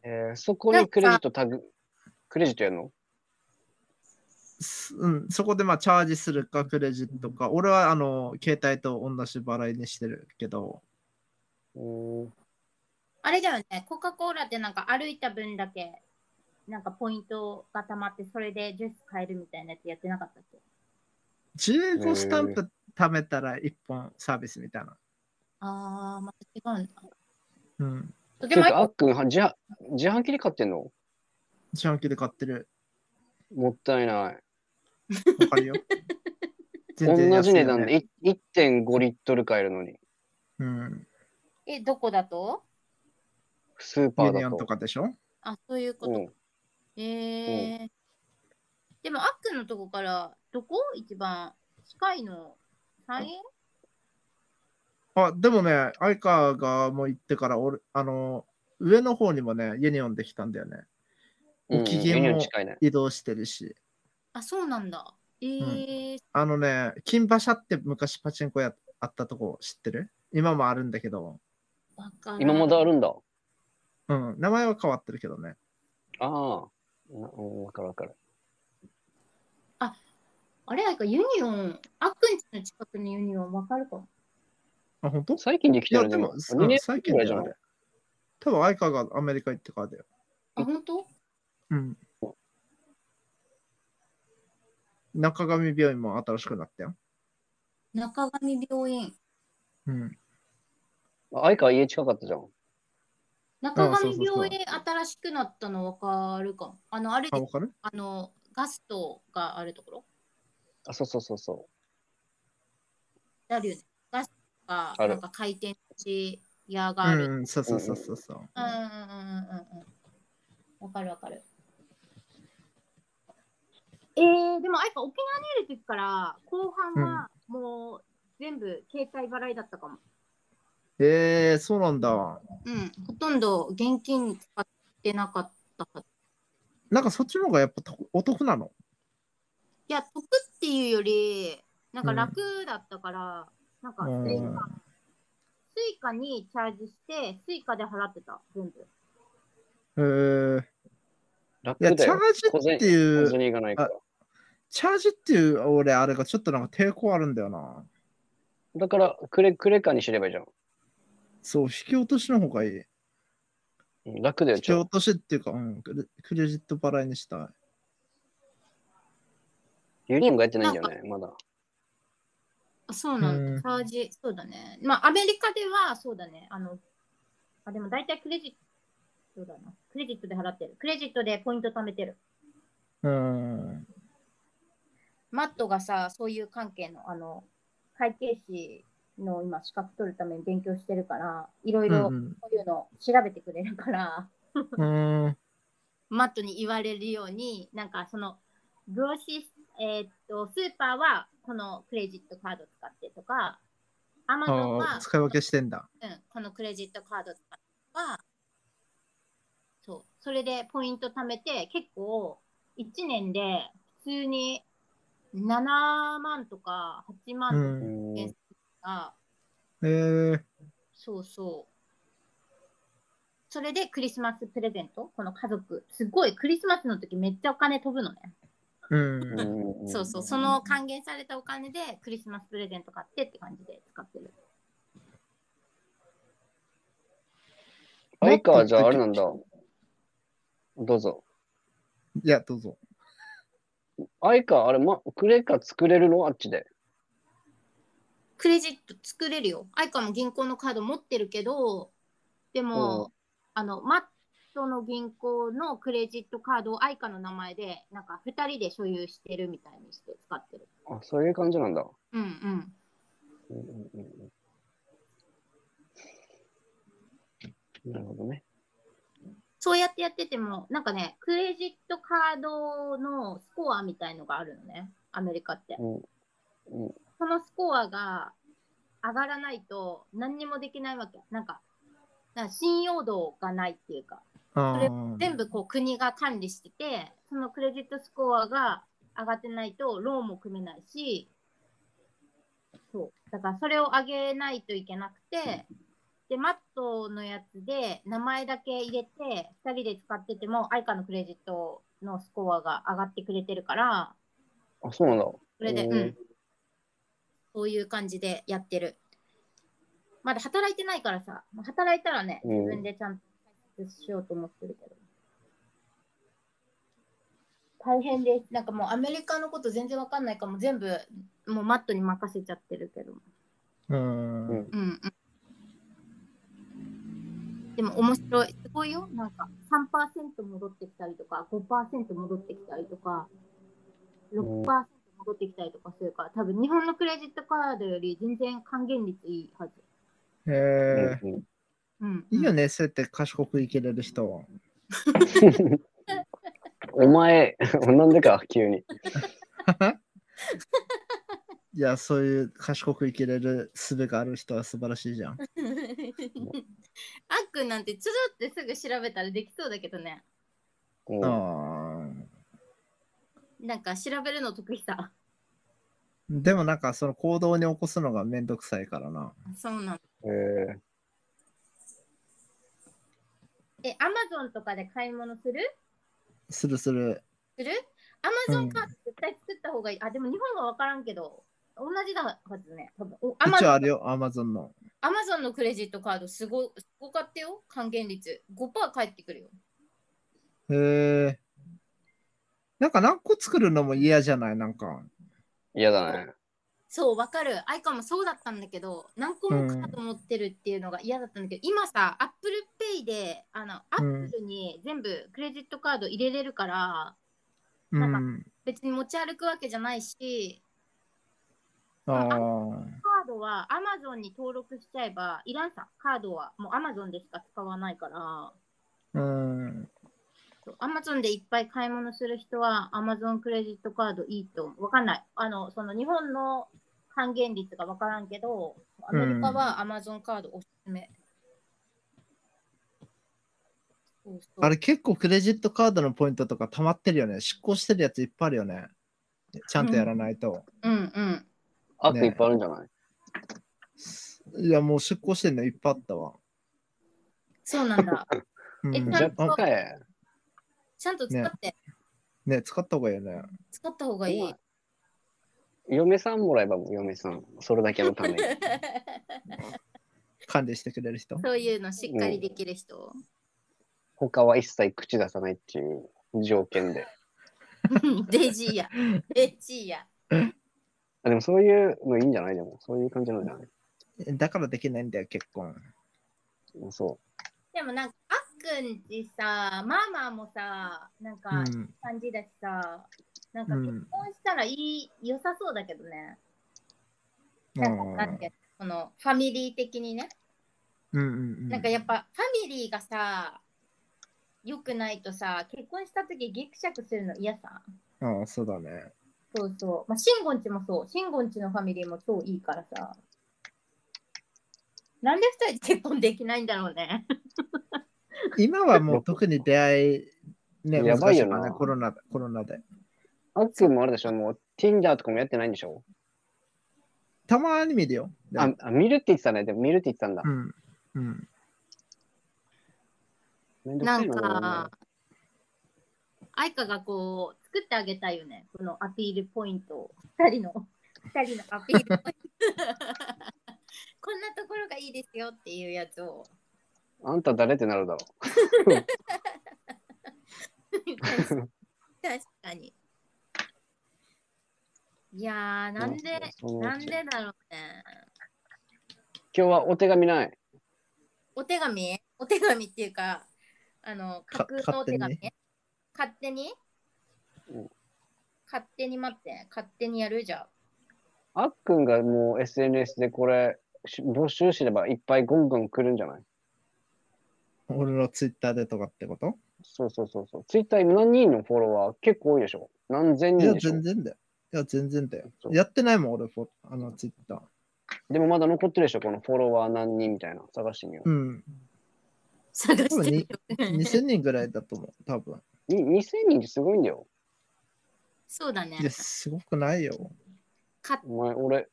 [SPEAKER 3] えーそこにクレジットタグ、クレジットやるの
[SPEAKER 2] すうん、そこでまあチャージするかクレジットか、俺はあの携帯と同じ払いにしてるけど、
[SPEAKER 3] うーん
[SPEAKER 1] あれだよね。コカ・コーラってなんか歩いた分だけ、なんかポイントがたまって、それでジュース買えるみたいなやつやってなかったっけ
[SPEAKER 2] 15スタンプ貯めたら1本サービスみたいな。
[SPEAKER 1] ああ、また違うんだ。
[SPEAKER 2] うん、
[SPEAKER 1] で
[SPEAKER 3] ちょ
[SPEAKER 1] も
[SPEAKER 3] っ
[SPEAKER 1] あい
[SPEAKER 3] とあ
[SPEAKER 1] か
[SPEAKER 3] っ、くんは自販、自販機で買ってんの
[SPEAKER 2] 自販機で買ってる。
[SPEAKER 3] もったいない。
[SPEAKER 2] わかる
[SPEAKER 3] <laughs>
[SPEAKER 2] よ。
[SPEAKER 3] 同じ値
[SPEAKER 2] よね
[SPEAKER 3] 段でい1.5リットル買えるのに。
[SPEAKER 2] うん。
[SPEAKER 1] え、どこだと
[SPEAKER 3] スーパ
[SPEAKER 2] ユニ
[SPEAKER 3] ー
[SPEAKER 2] オ
[SPEAKER 3] だ
[SPEAKER 2] ンと
[SPEAKER 3] と。
[SPEAKER 2] かでしょ
[SPEAKER 1] あ、そういうこ
[SPEAKER 3] う
[SPEAKER 1] と。
[SPEAKER 3] ん、
[SPEAKER 1] えー。でも、あっくんのとこから、どこ一番近いの三円
[SPEAKER 2] あ、でもね、相川がもう行ってから、俺、あの、上の方にもね、ユニオンできたんだよね。
[SPEAKER 3] うん、
[SPEAKER 2] ご機嫌も
[SPEAKER 3] ユニオン近いね。
[SPEAKER 2] 移動してるし。
[SPEAKER 1] あ、そうなんだ。えー、
[SPEAKER 2] あのね、金馬車って昔パチンコやあったとこ知ってる今もあるんだけど、
[SPEAKER 1] わからん
[SPEAKER 3] 今まであるんだ。
[SPEAKER 2] うん、名前は変わってるけどね。
[SPEAKER 3] ああ。なうん、わかるわかる。
[SPEAKER 1] あれあいか、ユニオン、あっくんちの近くのユニオンわかるかも。
[SPEAKER 2] あ、本当い
[SPEAKER 3] 最近できて
[SPEAKER 2] や、
[SPEAKER 3] る
[SPEAKER 2] で
[SPEAKER 3] でも。
[SPEAKER 2] も、
[SPEAKER 3] 2
[SPEAKER 2] うん
[SPEAKER 3] 年
[SPEAKER 2] 最
[SPEAKER 3] ぐ
[SPEAKER 2] 近
[SPEAKER 3] ら
[SPEAKER 2] だ
[SPEAKER 3] いじゃ
[SPEAKER 2] よ、
[SPEAKER 3] な
[SPEAKER 2] あ
[SPEAKER 3] い
[SPEAKER 2] れ。多分、相川がアメリカ行ってからだよ。
[SPEAKER 1] あ、本当
[SPEAKER 2] うん。中上病院も新しくなったよ。
[SPEAKER 1] 中上病院。
[SPEAKER 2] うん。
[SPEAKER 3] あいか家近かったじゃん。
[SPEAKER 1] 中
[SPEAKER 2] あそうそう
[SPEAKER 1] 上
[SPEAKER 2] そう
[SPEAKER 1] 病院新しくなったのわかるかも。あの、あれで
[SPEAKER 2] あ、
[SPEAKER 1] す
[SPEAKER 2] わかる
[SPEAKER 1] あの、ガストがあるところ
[SPEAKER 3] あ、そうそうそうそ
[SPEAKER 1] あるよね。ガストが、
[SPEAKER 3] ある
[SPEAKER 1] なんか回転し屋が
[SPEAKER 2] う
[SPEAKER 1] ある。うんうん
[SPEAKER 2] ん、そうそうそうそうそう。
[SPEAKER 1] うんうんうんうん。わかるわかる。えー、でもあいか沖縄にいる時から後半はもう全部携帯払いだったかも。
[SPEAKER 2] えー、そうなんだ。
[SPEAKER 1] うん、ほとんど現金使ってなかったはず。
[SPEAKER 2] なんかそっちの方がやっぱとお得なの。
[SPEAKER 1] いや、得っていうより、なんか楽だったから、なんかスイ
[SPEAKER 2] うん
[SPEAKER 1] カ、スイカにチャージして、スイカで払ってた、全部。
[SPEAKER 2] えー、
[SPEAKER 3] う。楽
[SPEAKER 2] い
[SPEAKER 3] だ
[SPEAKER 2] や、
[SPEAKER 3] よ。
[SPEAKER 2] チャージってい
[SPEAKER 3] 小
[SPEAKER 2] う、
[SPEAKER 3] 銭がないから。
[SPEAKER 2] チャージっていう俺、あれがちょっとなんか抵抗あるんだよな。
[SPEAKER 3] だから、クレ、クレカにすればいいじゃん
[SPEAKER 2] そう、引き落としの方がいい。
[SPEAKER 3] うん。楽だよ、
[SPEAKER 2] 引き
[SPEAKER 3] ちょ。
[SPEAKER 2] 落としっていうか、うん、クレクレジット払いにしたい。
[SPEAKER 3] ユニオンがやってないんだよね、まだ。
[SPEAKER 1] あそうなんだ、
[SPEAKER 2] うん
[SPEAKER 1] チャージ、そうだね。まあ、アメリカでは、そうだね。あの、あ、でも大体クレジット、そうだな。クレジットで払ってる。クレジットでポイント貯めてる。
[SPEAKER 2] うん。
[SPEAKER 1] マットがさ、そういう関係の、あの、会計士の今、資格取るために勉強してるから、いろいうろ
[SPEAKER 2] ん
[SPEAKER 1] こういうの調べてくれるから、
[SPEAKER 2] うん。うん。
[SPEAKER 1] マットに言われるように、なんかその、グロシえーっと、スーパーはこのクレジットカード使ってとか、アマゾン
[SPEAKER 2] あ
[SPEAKER 1] は
[SPEAKER 2] あ、、使い分けしてんだ。
[SPEAKER 1] うん、このクレジットカード使ってとか、そう、それでポイント貯めて、結構、1年で普通に7万とか8
[SPEAKER 2] う
[SPEAKER 1] 万と
[SPEAKER 2] ん。
[SPEAKER 3] うん
[SPEAKER 1] か、
[SPEAKER 2] えー、
[SPEAKER 1] そうそう。それでクリスマスプレゼントこの家族。すごい、クリスマスの時めっちゃお金飛ぶのね。
[SPEAKER 2] うん。
[SPEAKER 3] うん
[SPEAKER 1] そうそう、その還元されたお金でクリスマスプレゼント買ってって感じで使ってる。
[SPEAKER 3] アイカはじゃああれなんだ。どうぞ。
[SPEAKER 2] いや、どうぞ。
[SPEAKER 3] アイカ、あれ、ま、クレカ作れるのあっちで。
[SPEAKER 1] クレジット作れるよ。アイカも銀行のカード持ってるけど、でも、
[SPEAKER 3] うん
[SPEAKER 1] あの、マットの銀行のクレジットカードをアイカの名前で、なんか2人で所有してるみたいにして使ってる。
[SPEAKER 3] あ、そういう感じなんだ。
[SPEAKER 1] うんうん。
[SPEAKER 3] うんうんうんうんなるほどね。
[SPEAKER 1] そうやってやってても、なんかね、クレジットカードのスコアみたいのがあるのね、アメリカって。
[SPEAKER 3] うん
[SPEAKER 1] そのスコアが上がらないと何にもできないわけ。なんか、なんか信用度がないっていうか、
[SPEAKER 2] あ
[SPEAKER 1] れ
[SPEAKER 2] ー
[SPEAKER 1] 全部こう国が管理してて、そのクレジットスコアが上がってないとローンも組めないし、そう。だからそれを上げないといけなくて、で、マットのやつで名前だけ入れて、2人で使ってても、アイカのクレジットのスコアが上がってくれてるから、
[SPEAKER 3] あ、そうなんだ。こ
[SPEAKER 1] それで、うん。そういう感じでやってる。まだ働いてないからさ、まあ働いたらね、
[SPEAKER 3] うん
[SPEAKER 1] 自分でちゃんと解決しようと思ってるけど。大変です。なんかもうアメリカのこと全然わかんないから、もう全部、もうマットに任せちゃってるけど。
[SPEAKER 2] うん。
[SPEAKER 3] う
[SPEAKER 1] う
[SPEAKER 3] ん
[SPEAKER 1] んうん。でも面白い。すごいよ。なんか3%戻ってきたりとか、5%戻ってきたりとか、6%戻ってきたりとかするから、多分日本のクレジットカードより全然還元率いいはず。
[SPEAKER 2] え
[SPEAKER 3] うん
[SPEAKER 2] ー、
[SPEAKER 3] う
[SPEAKER 1] う
[SPEAKER 3] ん
[SPEAKER 1] ん、
[SPEAKER 2] いいよね、そうやって賢く生きれる人は。
[SPEAKER 3] <laughs> お前、なんでか、急に。
[SPEAKER 2] いや、そういう賢く生きれる術がある人は素晴らしいじゃ
[SPEAKER 1] <laughs>
[SPEAKER 2] ん。
[SPEAKER 1] あっくんなんてつるってすぐ調べたらできそうだけどね。
[SPEAKER 3] うん
[SPEAKER 2] ああ。
[SPEAKER 1] なんか調べるの得意さ。
[SPEAKER 2] でもなんかその行動に起こすのがめんどくさいからな。
[SPEAKER 1] <laughs> そうなの。
[SPEAKER 3] えー
[SPEAKER 1] え、アマゾンとかで買い物する
[SPEAKER 2] するする。
[SPEAKER 1] するアマゾンカード絶対作った方がいい。あ、でも日本は分からんけど、同じだはずね。多分おアマ
[SPEAKER 2] 一
[SPEAKER 1] ゾ
[SPEAKER 2] 応
[SPEAKER 1] ン
[SPEAKER 2] あるよ、アマゾンの。
[SPEAKER 1] アマゾンのクレジットカードすごすごかったよ。還元率。5%返ってくるよ。
[SPEAKER 2] へえ。なんか何個作るのも嫌じゃないなんか。
[SPEAKER 3] 嫌だね。
[SPEAKER 1] そう、分かる。アイカもそうだったんだけど、何個もカード持ってるっていうのが嫌だったんだけど、今さ、アップルペイで、あの、ア
[SPEAKER 2] うん
[SPEAKER 1] ップルに全部クレジットカード入れれるから、
[SPEAKER 2] う
[SPEAKER 1] なんか
[SPEAKER 2] ん。
[SPEAKER 1] 別に持ち歩くわけじゃないし、
[SPEAKER 2] ああ。
[SPEAKER 1] カードはアマゾンに登録しちゃえば、いらんさ。カードはもうアマゾンでしか使わないから。
[SPEAKER 2] うん。
[SPEAKER 1] アマゾンでいっぱい買い物する人は、アマゾンクレジットカードいいと思う。わかんない。あの、その日本の還元率がわからんけど、アメリカはアマゾンカードおすすめ。そうそう
[SPEAKER 2] あれ結構クレジットカードのポイントとか溜まってるよね。執行してるやついっぱいあるよね。ちゃんとやらないと。
[SPEAKER 1] うんうん。
[SPEAKER 3] 悪いっぱいあるんじゃない、
[SPEAKER 2] いや、もう執行してるのいっぱいあったわ。
[SPEAKER 1] そうなん
[SPEAKER 2] <laughs>
[SPEAKER 1] だ。
[SPEAKER 2] うん
[SPEAKER 1] えちゃ
[SPEAKER 3] じゃ
[SPEAKER 1] んと
[SPEAKER 3] あ、使え。
[SPEAKER 1] ちゃんと使って、
[SPEAKER 2] ね、使った方がいいよね。
[SPEAKER 1] 使った方がいい。
[SPEAKER 3] 嫁さんもらえばもう嫁さん。それだけのため
[SPEAKER 1] <laughs>
[SPEAKER 3] に。
[SPEAKER 2] 管理してくれる人。
[SPEAKER 1] <laughs> そういうのしっかりできる人。 <laughs>
[SPEAKER 3] 他は一切口出さないっていう条件で。
[SPEAKER 1] デジーや。デジーや。
[SPEAKER 3] あでもそういうのいいんじゃないでも、そういう感じなんじゃない
[SPEAKER 2] だからできないんだよ、結婚。
[SPEAKER 3] うんそ
[SPEAKER 1] でもなんか、あっくんちさ、ママもさ、なんか、
[SPEAKER 2] うん。
[SPEAKER 1] 感じだしさ、なんか
[SPEAKER 2] う
[SPEAKER 1] 結
[SPEAKER 2] ん。
[SPEAKER 1] 婚したらいい、良さそうだけどね。
[SPEAKER 2] う
[SPEAKER 1] なんか
[SPEAKER 2] ん
[SPEAKER 1] なんていうの、そのファミリー的にね。
[SPEAKER 2] うんうんうん。
[SPEAKER 1] なんかやっぱファミリーがさ、良くないとさ、結婚した時ギクシャクするの嫌さ。
[SPEAKER 2] ああ、そうだね。
[SPEAKER 1] そうそう。まあ、シンゴンちもそう。シンゴンちのファミリーも超いいからさ。なんで二人で結婚できないんだろうね。
[SPEAKER 2] 今はもう特に出会い、ね、
[SPEAKER 3] やばいよ
[SPEAKER 2] 難しか
[SPEAKER 3] な
[SPEAKER 2] らねコロナ、コロナで。
[SPEAKER 3] あっくんもあれでしょもう Tinder とかもやってないんでしょ
[SPEAKER 2] たまに見るよ。でも
[SPEAKER 3] ああ、見るって言ってたね。でも見るって言ってたんだ
[SPEAKER 2] う。ん。うん。
[SPEAKER 3] めんどく
[SPEAKER 1] な
[SPEAKER 3] さい
[SPEAKER 1] ん
[SPEAKER 3] よ
[SPEAKER 1] か、愛花がこう、作ってあげたいよね。このアピールポイントを。二人の、二人のアピールポイント。こんなところがいいですよっていうやつを。
[SPEAKER 3] あんた誰ってなるだろ
[SPEAKER 1] 確かに。いやー、
[SPEAKER 3] う。
[SPEAKER 1] なんで、
[SPEAKER 3] そのうち
[SPEAKER 1] なんでだろうね。
[SPEAKER 3] 今日はお手紙ない。
[SPEAKER 1] お手紙お手紙っていうか、あの、架
[SPEAKER 2] か
[SPEAKER 1] 空のお手紙
[SPEAKER 2] 勝
[SPEAKER 1] 勝手に
[SPEAKER 3] うん
[SPEAKER 1] 勝手に待って、勝手にやるじゃん。
[SPEAKER 3] あっくんがもう SNS でこれし募集すればいっぱいゴンゴン来るんじゃない
[SPEAKER 2] 俺のツイッターでとかってこと
[SPEAKER 3] そうそうそうそう。ツイッター何人のフォロワー結構多いでしょ何千
[SPEAKER 2] いや、
[SPEAKER 3] 人でしょ
[SPEAKER 2] 全然だよ。いや、全然だよ
[SPEAKER 3] そ。う
[SPEAKER 2] やってないもん、俺、フォあの、ツイッター。
[SPEAKER 3] でもまだ残ってるでしょこのフォロワー何人みたいな探してみよう。
[SPEAKER 2] うん。
[SPEAKER 1] 探
[SPEAKER 2] 多
[SPEAKER 1] して
[SPEAKER 2] 分
[SPEAKER 1] る
[SPEAKER 2] に2000人ぐらいだと思う、多分。
[SPEAKER 3] に2000人ってすごいんだよ。
[SPEAKER 1] <laughs> そうだね
[SPEAKER 2] い。や、すごくないよ。
[SPEAKER 1] か
[SPEAKER 3] お前、俺、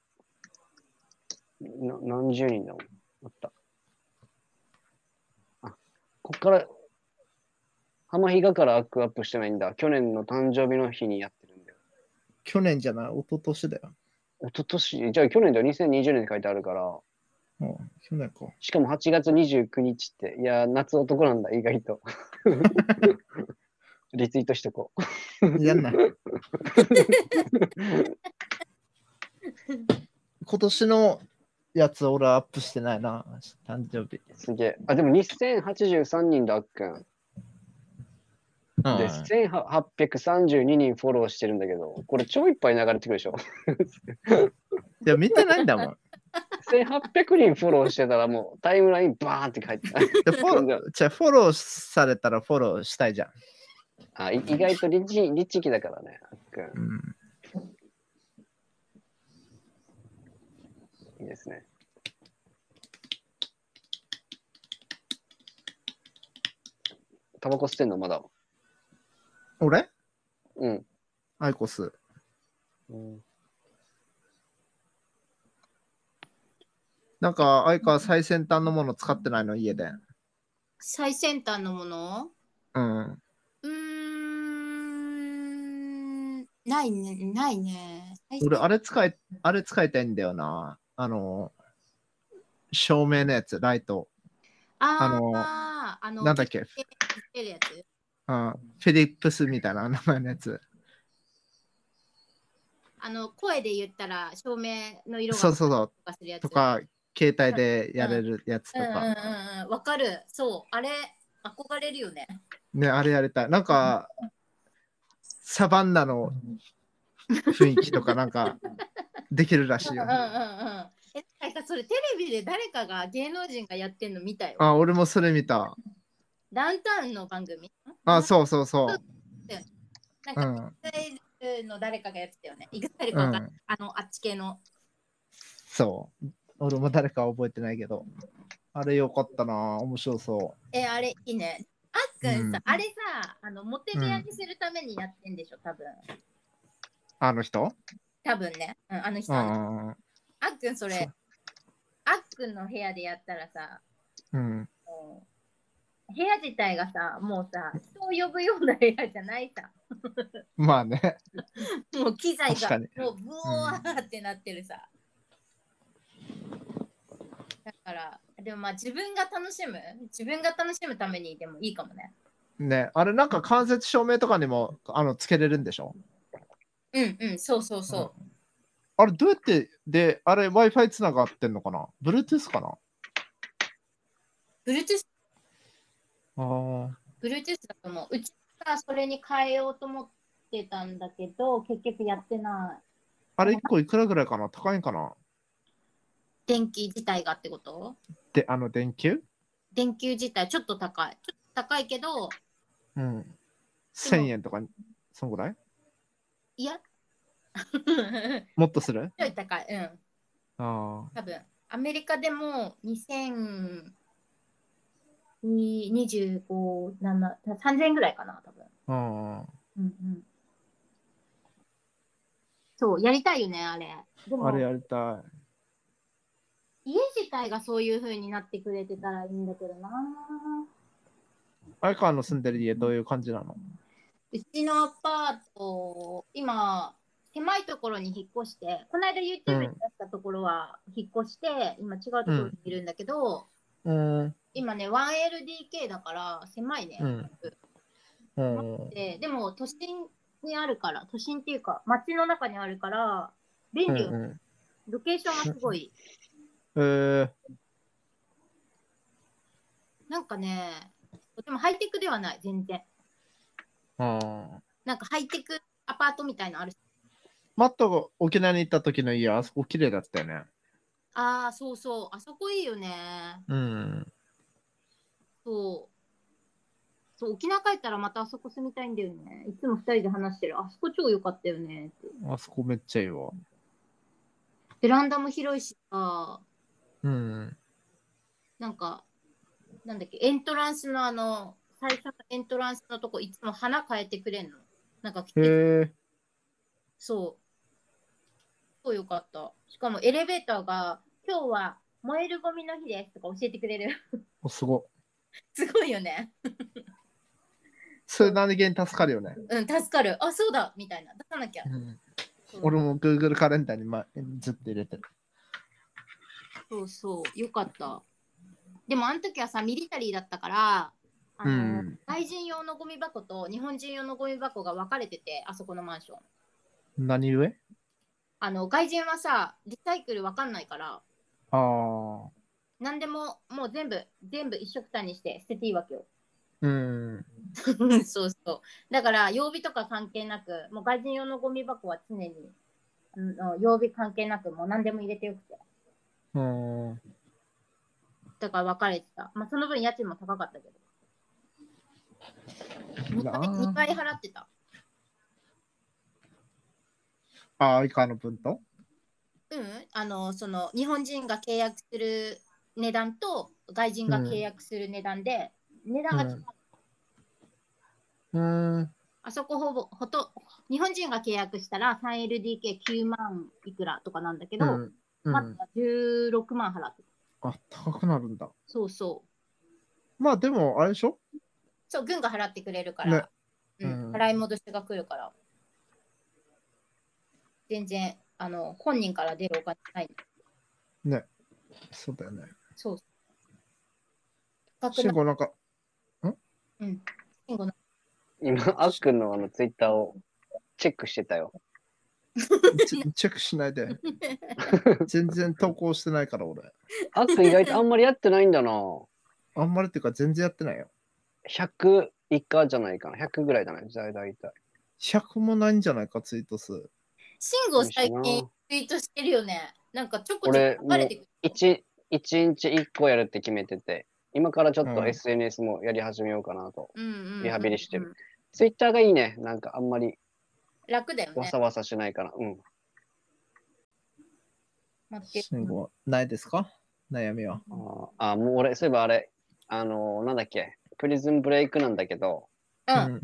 [SPEAKER 3] な何十人だもん。あった。あ、こっから、浜比嘉からアックアップしてないんだ。去年の誕生日の日にやってるんだよ。
[SPEAKER 2] 去年じゃない、一昨年だよ。
[SPEAKER 3] 一昨年じゃあ去年だよ。2020年って書いてあるから。
[SPEAKER 2] うん、去年
[SPEAKER 3] <laughs>
[SPEAKER 2] か。
[SPEAKER 3] しかも8月29日って、いやー、夏男なんだ、意外と。リツイートしとこう。
[SPEAKER 2] やんな。今年のやつ俺アップしてないな、誕生日。
[SPEAKER 3] すげえ。あ、でも2083人だ、あっくん。で、1832人フォローしてるんだけど、これ超いっぱい流れてくるでしょ。
[SPEAKER 2] いや、見てないんだもん。
[SPEAKER 3] 1800人フォローしてたらもうタイムラインバーンって書いてた。
[SPEAKER 2] でフォロー、じゃあフォローされたらフォローしたいじゃん。
[SPEAKER 3] あい意外とリッチリッチ期だからね。あっく
[SPEAKER 2] うん、
[SPEAKER 3] んいいですね。タバコ吸ってんのまだ。
[SPEAKER 2] 俺
[SPEAKER 3] うん。
[SPEAKER 2] アイコス。なんか、アイカは最先端のもの使ってないの、家で。
[SPEAKER 1] 最先端のもの
[SPEAKER 2] うん。
[SPEAKER 1] うーん、ないね、ないね。
[SPEAKER 2] 俺、あれ使い、あれ使いたいんだよな。あの、照明のやつ、ライト。
[SPEAKER 1] あ
[SPEAKER 2] あの
[SPEAKER 1] あー、あの、
[SPEAKER 2] なんだっけ
[SPEAKER 1] 消してるやつ
[SPEAKER 2] うんフィリップスみたいな名前のやつ。
[SPEAKER 1] あの、声で言ったら照明の色が
[SPEAKER 2] そうそうそ
[SPEAKER 1] と
[SPEAKER 2] う。
[SPEAKER 1] かするやつ
[SPEAKER 2] とか、携帯でやれるやつ
[SPEAKER 1] う
[SPEAKER 2] と
[SPEAKER 1] んうんうん
[SPEAKER 2] か。
[SPEAKER 1] うん、わかる。そう、あれ、憧れるよね。
[SPEAKER 2] ね、あれやりたい。なんか、サバンナの雰囲気とかなんか、できるらしい
[SPEAKER 1] うんう
[SPEAKER 2] よ
[SPEAKER 1] んうん。。え、なんかそれテレビで誰かが芸能人がやってんの見たよ。
[SPEAKER 2] あ、俺もそれ見た。
[SPEAKER 1] ダウンタウンの番組
[SPEAKER 2] あ、そうそうそう。
[SPEAKER 1] なん
[SPEAKER 2] う
[SPEAKER 1] か、
[SPEAKER 2] ん。
[SPEAKER 1] EXILE の誰かがやってたよね。イグサイル
[SPEAKER 2] う
[SPEAKER 1] か、
[SPEAKER 2] ん。
[SPEAKER 1] あの、あっち系の。
[SPEAKER 2] そう。俺も誰かは覚えてないけど。あれよかったな。面白そ
[SPEAKER 1] え、あれ、いいね。あっくんさ、
[SPEAKER 2] うん
[SPEAKER 1] あれさ、あの、モテ部屋にするためにやってんでしょ、多分。
[SPEAKER 2] う。あの人
[SPEAKER 1] 多分ね。うん、あの人、
[SPEAKER 2] う
[SPEAKER 1] あ
[SPEAKER 2] ん。うん
[SPEAKER 1] っくんそれ、あっくんの部屋でやったらさ、
[SPEAKER 2] うん。
[SPEAKER 1] もう部屋自体がさ、もうさ、人を呼ぶような部屋じゃないさ。
[SPEAKER 2] まあね。
[SPEAKER 1] もう機材
[SPEAKER 2] 確か
[SPEAKER 1] が
[SPEAKER 2] に
[SPEAKER 1] もうブワーってなってるさ。だから、でもまあ自分が楽しむ、自分が楽しむためにでもいいかもね。
[SPEAKER 2] ね。あれなんか間接照明とかにもあのつけれるんでしょ
[SPEAKER 1] うんうん、そうそうそう。
[SPEAKER 2] あれどうやって、で、あれ Wi-Fi つながってんのかな ?Bluetooth かな
[SPEAKER 1] Bluetooth、
[SPEAKER 2] ああ。
[SPEAKER 1] Bluetooth だと思う。うちがそれに変えようと思ってたんだけど、結局やってない。
[SPEAKER 2] あれ1個いくらぐらいかな高いんかな
[SPEAKER 1] 電気自体がってこと
[SPEAKER 2] で、あの電球
[SPEAKER 1] 電球自体ちょっと高い。ちょっと高いけど、
[SPEAKER 2] うん。1000円とか、そんぐらい
[SPEAKER 1] いや、 <laughs>
[SPEAKER 2] もっとする
[SPEAKER 1] ちょい高い。うん。
[SPEAKER 2] ああ。
[SPEAKER 1] 多分アメリカでも2000に25、7、3000ぐらいかな、多分。
[SPEAKER 2] うんう
[SPEAKER 1] う
[SPEAKER 2] ん
[SPEAKER 1] んうん。そう、やりたいよね、あれ。でも
[SPEAKER 2] あれやりたい。
[SPEAKER 1] 家自体がそういう風になってくれてたらいいんだけどな。
[SPEAKER 2] あやかの住んでる家どういう感じなの
[SPEAKER 1] うちのアパート、今、狭いところに引っ越して、この間 YouTube に出したところは引っ越して、今違うところにいるんだけど、
[SPEAKER 2] うん。
[SPEAKER 1] 今ね、1LDK だから狭いね。
[SPEAKER 2] うんうん。
[SPEAKER 1] ででも都心にあるから、都心っていうか、街の中にあるから、便利よ、
[SPEAKER 2] うん
[SPEAKER 1] ロケーションがすごい。
[SPEAKER 2] えー、
[SPEAKER 1] なんかね、とてもハイテクではない、全然。
[SPEAKER 2] うん。
[SPEAKER 1] なんかハイテクアパートみたいのあるし。
[SPEAKER 2] マットが沖縄に行った時の家、あそこ綺麗だったよね。
[SPEAKER 1] ああ、そうそう、あそこいいよね。
[SPEAKER 2] うん。
[SPEAKER 1] そう。そう、沖縄帰ったらまたあそこ住みたいんだよね。いつも二人で話してる。あそこ超良かったよねって。
[SPEAKER 2] あそこめっちゃいいわ。
[SPEAKER 1] ベランダも広いしさ、
[SPEAKER 2] うん。
[SPEAKER 1] なんか、なんだっけ、エントランスのあの、最初のエントランスのとこ、いつも花変えてくれんの。なんか来
[SPEAKER 2] へ
[SPEAKER 1] て、
[SPEAKER 2] え。
[SPEAKER 1] そう。そうよかった。しかもエレベーターが、今日は燃えるゴミの日ですとか教えてくれる。 <laughs>
[SPEAKER 2] おすごい。
[SPEAKER 1] すごいよね。
[SPEAKER 2] それ何気に助かるよね。
[SPEAKER 1] うん、助かる。あ、そうだみたいな。出さなきゃ。
[SPEAKER 2] うん、
[SPEAKER 1] そう
[SPEAKER 2] 俺も Google カレンダーに、ま、ずっと入れてる。
[SPEAKER 1] そうそう、よかった。でもあの時はさ、ミリタリーだったから、あ
[SPEAKER 2] う
[SPEAKER 1] の
[SPEAKER 2] ん。
[SPEAKER 1] 外人用のゴミ箱と日本人用のゴミ箱が分かれてて、あそこのマンション。
[SPEAKER 2] 何故
[SPEAKER 1] あの外人はさ、リサイクル分かんないから、
[SPEAKER 2] ああ。
[SPEAKER 1] 何でももう全部、全部一緒くたにして捨てていいわ
[SPEAKER 2] <laughs>
[SPEAKER 1] けよ。
[SPEAKER 2] うん。
[SPEAKER 1] そうそう。だから、曜日とか関係なく、もう外人用のゴミ箱は常に、あの曜日関係なく、もう何でも入れてよくて。
[SPEAKER 2] うん。
[SPEAKER 1] だから分かれてた。まあ、その分家賃も高かったけど。2回
[SPEAKER 2] な
[SPEAKER 1] 2回払ってた。
[SPEAKER 2] ああ、以下の分と
[SPEAKER 1] うん、あのその日本人が契約する値段と外人が契約する値段で、値段が違う、
[SPEAKER 2] うんうん。
[SPEAKER 1] あそこほぼほと日本人が契約したら 3LDK9 万いくらとかなんだけ
[SPEAKER 2] う
[SPEAKER 1] ど、
[SPEAKER 2] ん。う
[SPEAKER 1] まず
[SPEAKER 2] ん、
[SPEAKER 1] は16万払ってた
[SPEAKER 2] あ、高くなるんだ。
[SPEAKER 1] そうそう
[SPEAKER 2] まあでも、あれでしょ
[SPEAKER 1] そう軍が払ってくれるから、
[SPEAKER 2] ね
[SPEAKER 1] うん
[SPEAKER 2] うん
[SPEAKER 1] 払い戻しが来るから全然あの本人から出るお金ない
[SPEAKER 2] そうだよね。
[SPEAKER 1] そう高く
[SPEAKER 2] 慎
[SPEAKER 1] な
[SPEAKER 2] 吾なんか、
[SPEAKER 1] 慎吾の
[SPEAKER 3] 今、あっくんのあのツイッターをチェックしてたよ。
[SPEAKER 1] <laughs>
[SPEAKER 2] チェチェックしないで。全然投稿してないから、俺。
[SPEAKER 3] あっくん意外とあんまりやってないんだな。
[SPEAKER 2] あんまりっていうか、全然やってないよ。
[SPEAKER 3] 100以下じゃないかな。100ぐらいじゃないだいたい。
[SPEAKER 2] 100もないんじゃないか、ツイート数。
[SPEAKER 1] 慎吾最近ツイートしてるよね。なんかちょこちょこ流れてくる。
[SPEAKER 3] 1, 1日1個やるって決めてて、今からちょっ
[SPEAKER 2] う
[SPEAKER 3] と
[SPEAKER 2] ん
[SPEAKER 3] SNS もやり始めようかなと。
[SPEAKER 1] うんうんうんうん
[SPEAKER 3] リハビリしてる。ツイッターがいいね。なんかあんまり
[SPEAKER 1] 楽だよ
[SPEAKER 3] わ
[SPEAKER 1] ね。
[SPEAKER 3] さわさしないから。うん。
[SPEAKER 1] 待って。
[SPEAKER 2] 慎吾、ないですか悩みは。
[SPEAKER 3] あーあー、もう俺、そういえばあれ、あのーなんだっけ、プリズンブレイクなんだけど、
[SPEAKER 1] うん。
[SPEAKER 2] うん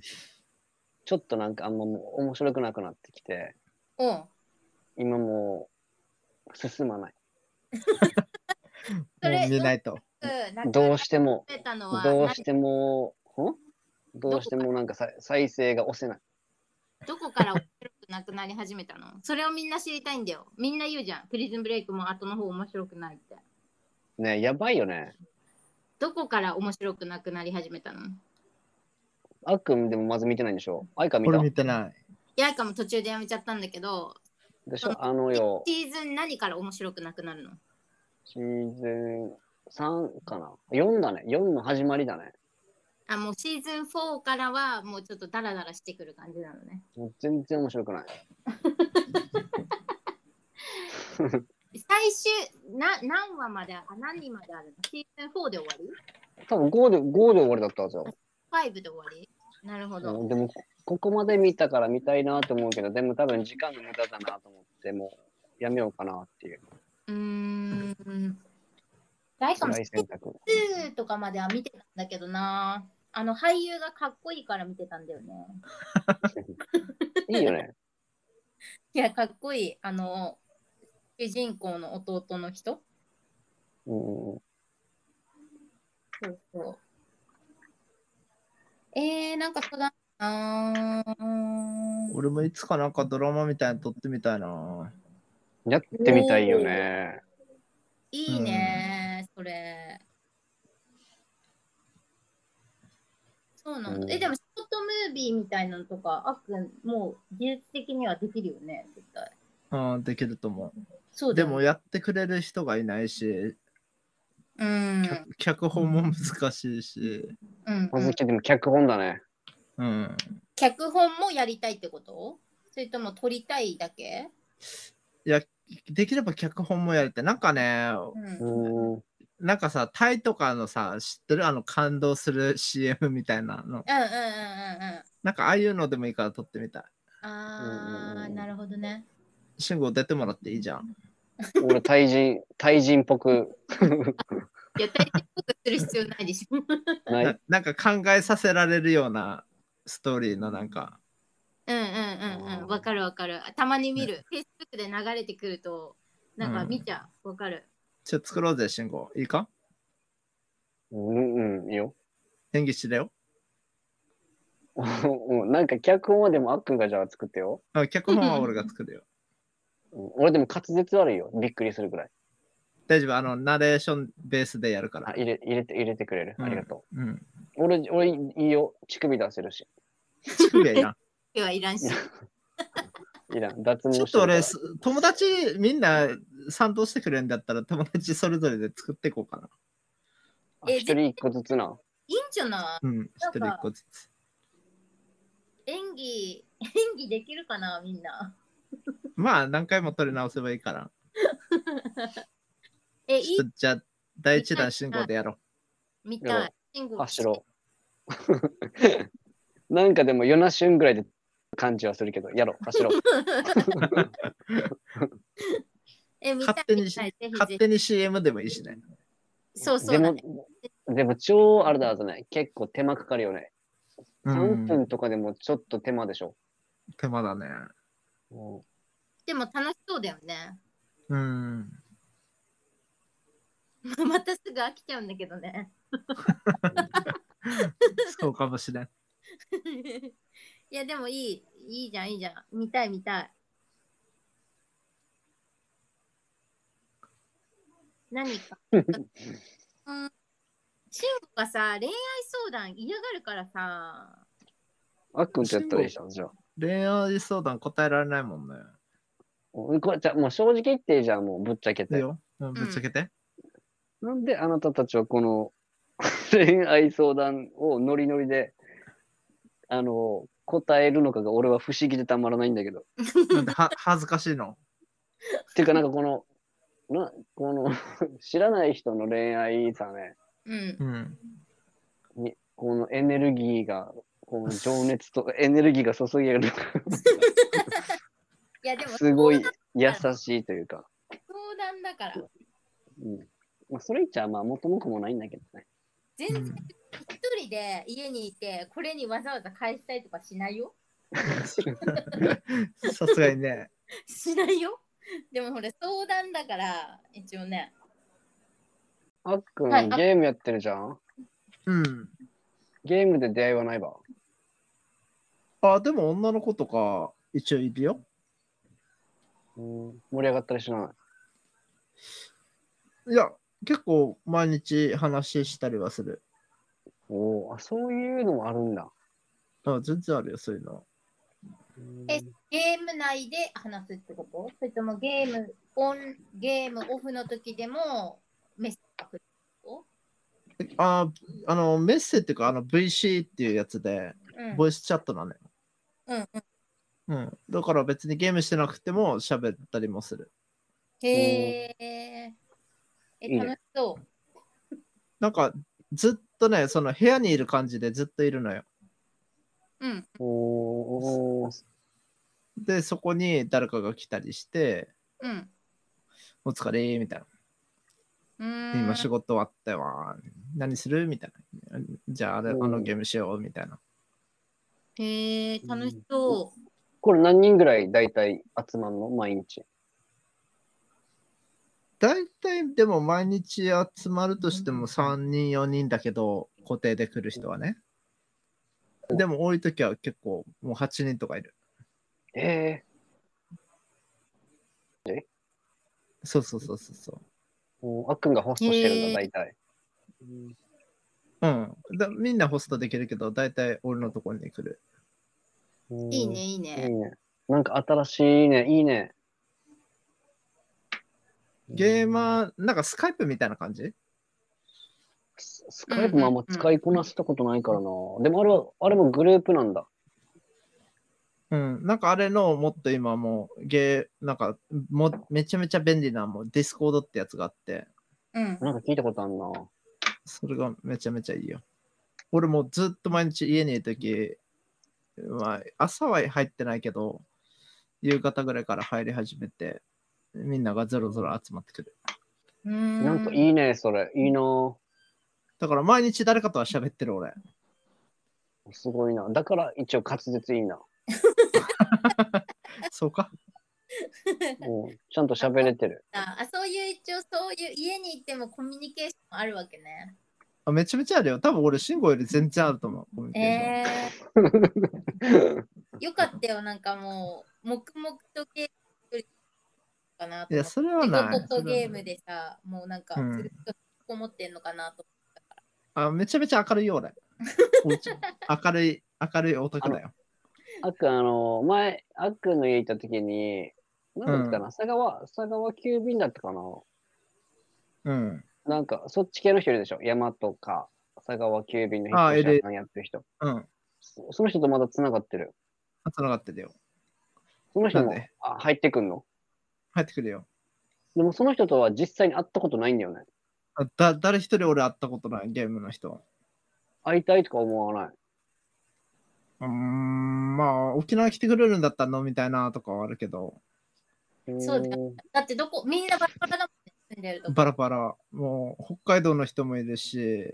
[SPEAKER 3] ちょっとなんかあんまもう面白くなくなってきて、
[SPEAKER 1] うん。
[SPEAKER 3] 今もう進まない。
[SPEAKER 1] そ
[SPEAKER 2] も
[SPEAKER 1] れ
[SPEAKER 2] う見ないと。
[SPEAKER 1] うん。
[SPEAKER 3] ど
[SPEAKER 1] う
[SPEAKER 3] うしても、
[SPEAKER 1] てたのは
[SPEAKER 3] どうしても、んどうしてもなんかさ再生が押せない。
[SPEAKER 1] 何どこから面白くなくなり始めたのそれをみんな知りたいんだよ。みんな言うじゃん。プリズンブレイクも後の方面白くないって。
[SPEAKER 3] ねやばいよね。
[SPEAKER 1] どこから面白くなくなり始めたの
[SPEAKER 3] あっくんでもまず見てないんでしょあいか見
[SPEAKER 2] これ
[SPEAKER 3] た
[SPEAKER 2] 見てない。
[SPEAKER 1] やいかも途中でやめちゃったんだけど、
[SPEAKER 3] でしょあのよ、
[SPEAKER 1] シーズン何から面白くなくなるの
[SPEAKER 3] シーズン3かな ?4 だね。4の始まりだね。
[SPEAKER 1] あ、もうシーズン4からはもうちょっとダラダラしてくる感じなのね。
[SPEAKER 3] もう全然面白くない。
[SPEAKER 1] 最終な何話まであ何人まであるのシーズン4で終わり
[SPEAKER 3] 多分5で、5で終わりだったはずよ。
[SPEAKER 1] ?5 で終わりなるほど。
[SPEAKER 3] うんでも、こここまで見たから見たいなと思うけど、でも多分時間の無駄だなと思って、もうやめようかなっていう。
[SPEAKER 1] うーん。大かも
[SPEAKER 3] 大選択。
[SPEAKER 1] 2とかまでは見てたんだけどな。あの俳優がかっこいいから見てたんだよね。
[SPEAKER 3] いいよね。
[SPEAKER 1] いや、かっこいい。あの、主人公の弟の人。
[SPEAKER 3] うん。
[SPEAKER 1] そうそう。えー、なんかそうだな。うーん
[SPEAKER 2] 俺もいつかなんかドラマみたいなの撮ってみたいな。
[SPEAKER 3] やってみたいよね。
[SPEAKER 1] いいね、それ。そうなんだ。
[SPEAKER 3] うん
[SPEAKER 1] え、でも、ショートムービーみたいなのとか、あっくん、もう技術的にはできるよね、絶対。
[SPEAKER 2] うん、できると思
[SPEAKER 1] そう
[SPEAKER 2] う。
[SPEAKER 1] だ
[SPEAKER 2] で
[SPEAKER 1] よね
[SPEAKER 2] もやってくれる人がいないし、
[SPEAKER 1] うん。
[SPEAKER 2] 脚脚本も難しいし、
[SPEAKER 1] うん
[SPEAKER 3] まずきでも脚本だね。
[SPEAKER 2] うん。
[SPEAKER 1] 脚本もやりたいってことそれとも撮りたいだけ
[SPEAKER 2] いや、できれば脚本もやれて、なんかね、
[SPEAKER 1] うん。
[SPEAKER 3] うん。
[SPEAKER 2] なんかさ、タイとかのさ、知ってるあの感動する CM みたいなの。
[SPEAKER 1] うんうんうんうんう
[SPEAKER 2] なんかああいうのでもいいから撮ってみたい。
[SPEAKER 1] ん。あ
[SPEAKER 3] うんうん
[SPEAKER 1] あ、
[SPEAKER 3] うん
[SPEAKER 1] なるほどね。
[SPEAKER 2] 慎吾出てもらっていいじゃん。
[SPEAKER 3] 俺、対人、対人っぽく
[SPEAKER 1] いや、大体ことする必要ないでしょ。
[SPEAKER 2] <laughs>
[SPEAKER 3] な。
[SPEAKER 2] ないなんか考えさせられるようなストーリーのなんか、
[SPEAKER 1] うんうんうんう
[SPEAKER 3] あー
[SPEAKER 1] ん。わかるわかる。たまに見る。Facebook で流れてくると、なんか見ちゃう。わかる。
[SPEAKER 2] ちょっと作ろうぜ、慎吾。いいか
[SPEAKER 3] うん、うん、いいよ。 <laughs>
[SPEAKER 2] 演技しれよ。
[SPEAKER 3] うん、なんか脚本はでもあっくんがじゃあ作ってよ。
[SPEAKER 2] あ脚本は俺が作るよ。
[SPEAKER 3] うん俺でも滑舌悪いよ。びっくりするくらい。
[SPEAKER 2] 大丈夫、あの、ナレーションベースでやるから
[SPEAKER 3] あ、。入れ、入れて、入れてくれる。
[SPEAKER 2] うん
[SPEAKER 3] ありがと
[SPEAKER 2] うん。
[SPEAKER 3] う。俺、俺、いいよ。乳首出せるし。
[SPEAKER 2] 乳首はいらん
[SPEAKER 1] 手はいらんし。
[SPEAKER 3] いいな。脱毛
[SPEAKER 2] ちょっ
[SPEAKER 3] して
[SPEAKER 2] と
[SPEAKER 3] るから
[SPEAKER 2] 俺、す友達みんな賛同してくれるんだったら、友達それぞれで作っていこうかな。
[SPEAKER 3] あ一人一個ずつな。
[SPEAKER 1] いいんじゃない
[SPEAKER 2] うん。一
[SPEAKER 1] なんか
[SPEAKER 2] 人一個ずつ。
[SPEAKER 1] 演技、 <laughs> 演技できるかな、みんな。
[SPEAKER 2] まあ、何回も撮り直せばいいから。
[SPEAKER 1] え、いい
[SPEAKER 2] ちょっとじゃあ、第一弾進行でやろ
[SPEAKER 1] み
[SPEAKER 3] で
[SPEAKER 1] た。
[SPEAKER 3] はい
[SPEAKER 1] 慎吾
[SPEAKER 3] あ、しろ。 <laughs> なんかでも、夜なしゅんぐらいで感じはするけど、やろう。
[SPEAKER 2] <laughs>
[SPEAKER 3] あしろ。
[SPEAKER 1] え、見たい
[SPEAKER 2] 勝手に
[SPEAKER 1] 見たいぜ
[SPEAKER 2] う。
[SPEAKER 1] ひぜ
[SPEAKER 2] 勝
[SPEAKER 1] ひ
[SPEAKER 2] 手に CM でもいいしね。
[SPEAKER 1] そうそ
[SPEAKER 3] で
[SPEAKER 1] うだ
[SPEAKER 3] も
[SPEAKER 1] ね。、
[SPEAKER 3] でも超あれだとね、結構手間かかるよね。
[SPEAKER 2] う
[SPEAKER 3] 3
[SPEAKER 2] ん。
[SPEAKER 3] 分とかでもちょっと手間でしょ。
[SPEAKER 2] 手間だね。
[SPEAKER 1] でも楽しそうだよね。 <laughs>
[SPEAKER 2] うん。
[SPEAKER 1] またすぐ飽きちゃうんだけどね。
[SPEAKER 2] そうかもしれん。 <laughs>
[SPEAKER 1] いや、でもいい、いいじゃん、いいじゃん。見たい、見たい。何か。うん。慎吾がさ、恋愛相談嫌がるからさ、
[SPEAKER 3] あっくんとやったらいいじゃん、じゃあ。
[SPEAKER 2] 恋愛相談答えられないもんね。
[SPEAKER 3] うんこれじゃあもう正直言ってじゃあもうぶっちゃけ
[SPEAKER 2] いい
[SPEAKER 3] て。
[SPEAKER 2] よ。うんぶっちゃけて。
[SPEAKER 3] なんであなたたちはこの <laughs> 恋愛相談をノリノリで、あの、答えるのかが俺は不思議でたまらないんだけど。
[SPEAKER 2] なんでは恥ずかしいの
[SPEAKER 3] っていうかなんかこの、 <laughs> な、この <laughs> 知らない人の恋愛さね、
[SPEAKER 1] うん
[SPEAKER 2] う。ん。
[SPEAKER 3] このエネルギーが、この情
[SPEAKER 1] <laughs>
[SPEAKER 3] 熱とエネルギーが注げるのが
[SPEAKER 1] いや、でも、
[SPEAKER 3] すごい
[SPEAKER 1] 相
[SPEAKER 3] 優しいというか。
[SPEAKER 1] 談だから、
[SPEAKER 3] うん。まあ、それ言っちゃまあ元も子もないんだけど
[SPEAKER 1] <laughs>
[SPEAKER 3] ね。
[SPEAKER 1] 全
[SPEAKER 2] う
[SPEAKER 1] 然
[SPEAKER 2] ん
[SPEAKER 1] 一人で家にいて、これにわざわざ返したいとかしないよ。
[SPEAKER 2] さすがにね。
[SPEAKER 1] しないよ。でもほら、相談だから、一応ね。
[SPEAKER 3] あっくん、
[SPEAKER 1] はいあ
[SPEAKER 3] ゲームやってるじゃん
[SPEAKER 2] うん。
[SPEAKER 3] ゲームで出会いはないわ。
[SPEAKER 2] あ、でも女の子とか一応いるよ。
[SPEAKER 3] うん、盛り上がったりしない。
[SPEAKER 2] いや、結構毎日話したりはする。
[SPEAKER 3] おお、あそういうのもあるんだ。
[SPEAKER 2] あ全然あるよ、そういうの。
[SPEAKER 1] えゲーム内で話すってことそれともゲームオン、ゲームオフの時でもメッセージが来る
[SPEAKER 2] あ、あの、メッセっていうか、あの VC っていうやつで、
[SPEAKER 1] うん
[SPEAKER 2] ボイスチャットなのよ。
[SPEAKER 1] うんうん。
[SPEAKER 2] うん。だから別にゲームしてなくても喋ったりもする。
[SPEAKER 1] へえ。
[SPEAKER 3] いい
[SPEAKER 1] え、
[SPEAKER 3] ね
[SPEAKER 1] 楽しそう。
[SPEAKER 2] なんか、ずっとね、その部屋にいる感じでずっといるのよ。
[SPEAKER 1] うん。
[SPEAKER 3] おおー、
[SPEAKER 2] で、そこに誰かが来たりして、
[SPEAKER 1] うん。
[SPEAKER 2] お疲れ、みたいな。
[SPEAKER 1] うーん。
[SPEAKER 2] 今仕事終わったわ。何するみたいな。じゃあ、あれあ
[SPEAKER 3] うん
[SPEAKER 2] のゲームしようみたいな。
[SPEAKER 1] へえ、楽しそ
[SPEAKER 3] これ何人ぐらい大体集まんの毎日。
[SPEAKER 2] 大体でも毎日集まるとしても3人、4人だけど、固定で来る人はね。でも多い時は結構もう8人とかいる。
[SPEAKER 3] ええ
[SPEAKER 2] そうそうそうそうそう。
[SPEAKER 3] もうあっくんがホストしてるんだ、
[SPEAKER 1] へ
[SPEAKER 3] 大体。
[SPEAKER 2] うん。だみんなホストできるけど、大体俺のところに来る。
[SPEAKER 1] う。いいね、。いい
[SPEAKER 3] いい
[SPEAKER 1] ね。
[SPEAKER 3] ね。なんか新しいね、いいね。
[SPEAKER 2] ゲー
[SPEAKER 3] ー。
[SPEAKER 2] マー、なんかスカイプみたいな感じ
[SPEAKER 3] ススカイプもあんま使いこなしたことないからな。でもあれは、あれもグループなんだ。
[SPEAKER 2] うん。なんかあれのもっと今もうゲー、なんかもめちゃめちゃ便利なもうディスコードってやつがあって、
[SPEAKER 1] うん。
[SPEAKER 3] なんか聞いたことあんな。
[SPEAKER 2] それがめちゃめちゃいいよ。俺もうずっと毎日家にいるとき、まあ、朝は入ってないけど、夕方ぐらいから入り始めて、みんながぞろぞろ集まってくる。
[SPEAKER 1] うーん
[SPEAKER 3] なんかいいね、それ。いいな。
[SPEAKER 2] だから毎日誰かとは喋ってる俺。
[SPEAKER 3] すごいな。だから一応滑舌
[SPEAKER 1] <laughs>
[SPEAKER 3] いいな。
[SPEAKER 2] そうか
[SPEAKER 3] うん、ちゃんと喋れ
[SPEAKER 1] <laughs>
[SPEAKER 3] てる。
[SPEAKER 1] ああそういう一応そういう家に行ってもコミュニケーションあるわけね。
[SPEAKER 2] あめちゃめちゃあるよ。多分俺、慎吾より全然あると思う。コミュニケーション
[SPEAKER 1] え
[SPEAKER 3] <laughs>
[SPEAKER 1] ー、よかったよなんかもう黙々とゲームするかなと思
[SPEAKER 2] いや、
[SPEAKER 1] って。
[SPEAKER 2] それはない。
[SPEAKER 1] 仕事とゲー
[SPEAKER 2] それはない
[SPEAKER 1] ムでさもうなんか
[SPEAKER 2] うん
[SPEAKER 1] ずっとこもってんのかなと。
[SPEAKER 2] あ、めちゃめちゃ明るいよ、
[SPEAKER 1] <laughs>
[SPEAKER 2] 俺。おうち明るい、明るいオタクだよ。
[SPEAKER 3] あっくん、あの、前、あっくんの家行った時に、なんだったかな、佐川、佐川急便だったかな
[SPEAKER 2] うん。
[SPEAKER 3] なんか、そっち系の人いるでしょ山とか、佐川急便の人
[SPEAKER 2] あ
[SPEAKER 3] と
[SPEAKER 2] いる
[SPEAKER 3] やってる人。
[SPEAKER 2] うん。
[SPEAKER 3] そその人とまだ繋がってる。
[SPEAKER 2] つながってるよ。
[SPEAKER 3] その人
[SPEAKER 2] な
[SPEAKER 3] も
[SPEAKER 2] んで
[SPEAKER 3] あ入ってくんの
[SPEAKER 2] 入ってくるよ。
[SPEAKER 3] でもその人とは実際に会ったことないんだよね。
[SPEAKER 2] あだ誰一人俺会ったことない、ゲームの人。
[SPEAKER 3] 会いたいとか思わない。
[SPEAKER 2] うーん、まあ、沖縄来てくれるんだったら飲みたいなとかはあるけど、
[SPEAKER 1] そうだ
[SPEAKER 3] ーん
[SPEAKER 1] だってどこみんなバラバラだもんね住んでるとこ。
[SPEAKER 2] バラバラ、もう北海道の人もいるし、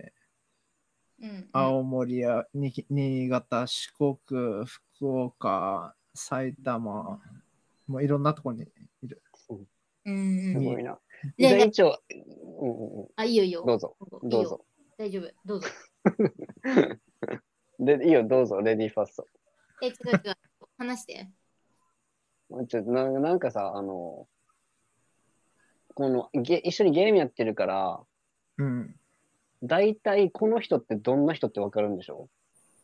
[SPEAKER 1] うん、
[SPEAKER 2] 青森やに新潟、四国、福岡、埼玉、もういろんなとこにいる。
[SPEAKER 1] うん
[SPEAKER 3] す
[SPEAKER 1] うん
[SPEAKER 3] ごいな。
[SPEAKER 1] えね
[SPEAKER 3] じゃあ
[SPEAKER 1] え
[SPEAKER 3] 一応、うんうんうん
[SPEAKER 1] あいいよいいよ。
[SPEAKER 3] どうぞ、
[SPEAKER 1] いい
[SPEAKER 3] どう
[SPEAKER 1] よ
[SPEAKER 3] ぞ。
[SPEAKER 1] 大丈夫どうぞ。
[SPEAKER 3] で、いいよ、どうぞ、レディーファースト。
[SPEAKER 1] え違う違う話して。
[SPEAKER 3] ちょっとななんかさ、あの、このゲ、一緒にゲームやってるから、
[SPEAKER 2] うん。
[SPEAKER 3] 大体この人ってどんな人ってわかるんでしょ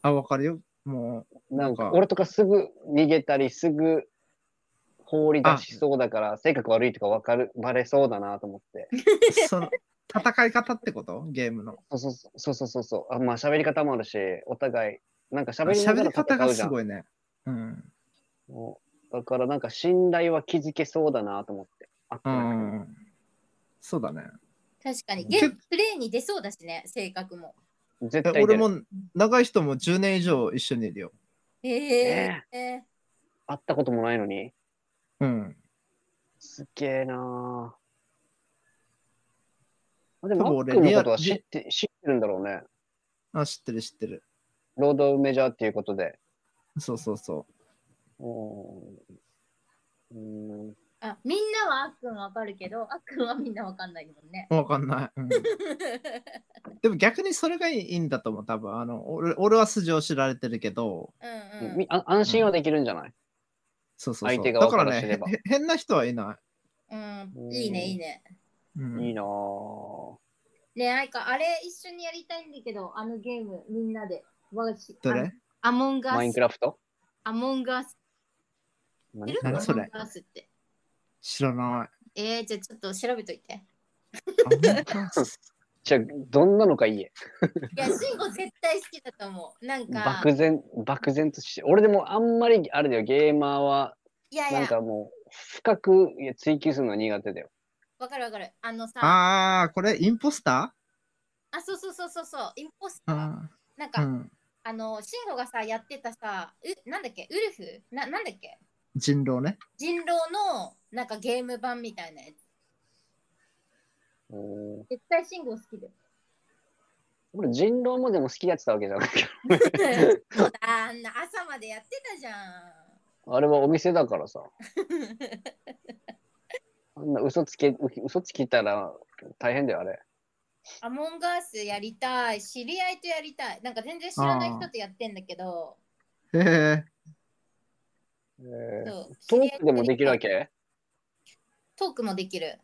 [SPEAKER 2] あ、わかるよ。も
[SPEAKER 3] なんか
[SPEAKER 2] なん、か
[SPEAKER 3] 俺とかすぐ逃げたり、すぐ放り出しそうだから、性格悪いとかわかる、バレそうだなと思って。 <laughs>
[SPEAKER 2] う、その戦い方ってことゲームの。
[SPEAKER 3] そうそうそうそうそうそう。あまあ、喋り方もあるし、お互い、なんか喋りなが
[SPEAKER 2] 喋
[SPEAKER 3] ら
[SPEAKER 2] り方
[SPEAKER 3] 戦
[SPEAKER 2] が
[SPEAKER 3] うじ
[SPEAKER 2] す
[SPEAKER 3] ゃん。
[SPEAKER 2] ごいね。うん。
[SPEAKER 3] もうだから、なんか信頼は築けそうだなと思って。あっ
[SPEAKER 2] う
[SPEAKER 3] てなんか
[SPEAKER 2] ん。そうだね。
[SPEAKER 1] 確かにゲ
[SPEAKER 2] 結
[SPEAKER 1] ームプレイに出そうだしね性格も。
[SPEAKER 3] 絶
[SPEAKER 2] え
[SPEAKER 3] 対出る
[SPEAKER 2] 俺も長い人も10年以上一緒にいるよ。
[SPEAKER 1] えー、え
[SPEAKER 3] 会ったこともないのに。
[SPEAKER 2] うん。
[SPEAKER 3] すっげえなぁ。あで
[SPEAKER 2] 多分
[SPEAKER 3] も、マッ
[SPEAKER 2] 俺
[SPEAKER 3] クの
[SPEAKER 2] リアル
[SPEAKER 3] ことは知って知ってるんだろうね。
[SPEAKER 2] あ、知ってる知ってる。
[SPEAKER 3] ロードメジャーっていうことで。
[SPEAKER 2] そうそうそう
[SPEAKER 3] ーん。う
[SPEAKER 1] ーあみんなはあっくんわかるけどあっくんはみんなわかんないもんね。 <laughs>
[SPEAKER 2] う。わかんない。
[SPEAKER 3] <laughs>
[SPEAKER 2] うん、でも逆にそれがいいんだと思う。多分あの俺俺は素性を知られてるけど、
[SPEAKER 1] うん
[SPEAKER 3] ーん
[SPEAKER 1] うん
[SPEAKER 3] みあ安心はできるんじゃない、
[SPEAKER 2] そうそうそう。
[SPEAKER 3] 相手が
[SPEAKER 2] だ
[SPEAKER 3] 分
[SPEAKER 2] か
[SPEAKER 3] からら知れ
[SPEAKER 2] ね
[SPEAKER 3] ば、
[SPEAKER 2] へへ変な人はいな
[SPEAKER 1] うん、いいね、いいね。
[SPEAKER 2] い。うん、
[SPEAKER 3] いいなぁ。
[SPEAKER 1] ねえ、なんかあれ一緒にやりたいんだけど、あのゲームみんなで。わし
[SPEAKER 2] ど
[SPEAKER 1] あの
[SPEAKER 2] れ
[SPEAKER 1] アモンガ
[SPEAKER 3] マイ
[SPEAKER 1] ー
[SPEAKER 3] ンク
[SPEAKER 1] ス。
[SPEAKER 3] ラフト
[SPEAKER 1] アモンガース。知ってる
[SPEAKER 2] 何それ
[SPEAKER 1] アモンガースって。
[SPEAKER 2] 知
[SPEAKER 3] <laughs>
[SPEAKER 2] らない。
[SPEAKER 1] えー、じゃあちょっと調べといて。
[SPEAKER 2] あ本当だ
[SPEAKER 3] じゃあどんなのか言え。
[SPEAKER 1] いや、シンゴ絶対好きだと思う。なんか、
[SPEAKER 3] 漠然、漠然として。俺でもあんまり、あれだよ、ゲーマーは、
[SPEAKER 1] いやい
[SPEAKER 3] なん
[SPEAKER 1] や、
[SPEAKER 3] かもう、深くいや追求するのは苦手だよ。
[SPEAKER 1] わかるわかる。あのさ、あ
[SPEAKER 2] あー、これインポスタ
[SPEAKER 1] そうそうそうそうそう、インポス
[SPEAKER 2] ー
[SPEAKER 1] ター。
[SPEAKER 2] あ
[SPEAKER 1] なんか、
[SPEAKER 2] ー、うん、
[SPEAKER 1] あの、シンゴがさ、やってたさ、うなんだっけ、ウルフななんだっけ
[SPEAKER 2] 人狼ね。
[SPEAKER 1] 人狼のなんかゲーム版みたいなやつ。
[SPEAKER 3] うん
[SPEAKER 1] 絶対信号好きだよ。
[SPEAKER 3] 俺人狼もでも好きやってたわけじゃないけ
[SPEAKER 1] そうだあんな朝までやってたじゃ
[SPEAKER 3] ど。あれはお店だ
[SPEAKER 1] <laughs>
[SPEAKER 3] からさ。
[SPEAKER 1] ん。
[SPEAKER 3] あんな嘘つけ、嘘つきたら大変だよ、あれ。
[SPEAKER 1] アモンガースやりたい。知り合いとやりたい。なんか全然知らない人とやってんだけど。
[SPEAKER 2] へえ。
[SPEAKER 3] えー
[SPEAKER 1] そう
[SPEAKER 3] トークでもできるわけ
[SPEAKER 1] トークもできる。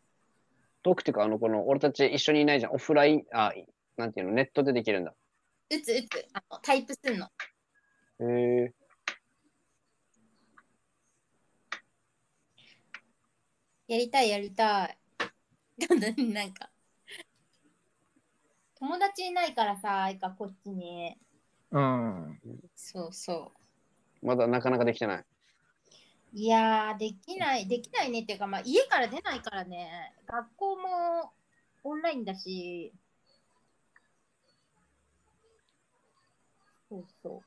[SPEAKER 3] トークっていうか、あの、この、俺たち一緒にいないじゃん。オフライン、あ、なんていうの、ネットでできるんだ。
[SPEAKER 1] 打つ打つ。あのタイプすんの。
[SPEAKER 3] へえ。
[SPEAKER 1] やりたいやりたい。 <laughs> なんか。友達いないからさ、あいかこっちに。
[SPEAKER 2] うん。
[SPEAKER 1] そうそ
[SPEAKER 3] まだなかなかできてない。
[SPEAKER 1] う。いやー、できない、できないねっていうか、まあ、家から出ないからね。学校もオンラインだし。そうそう。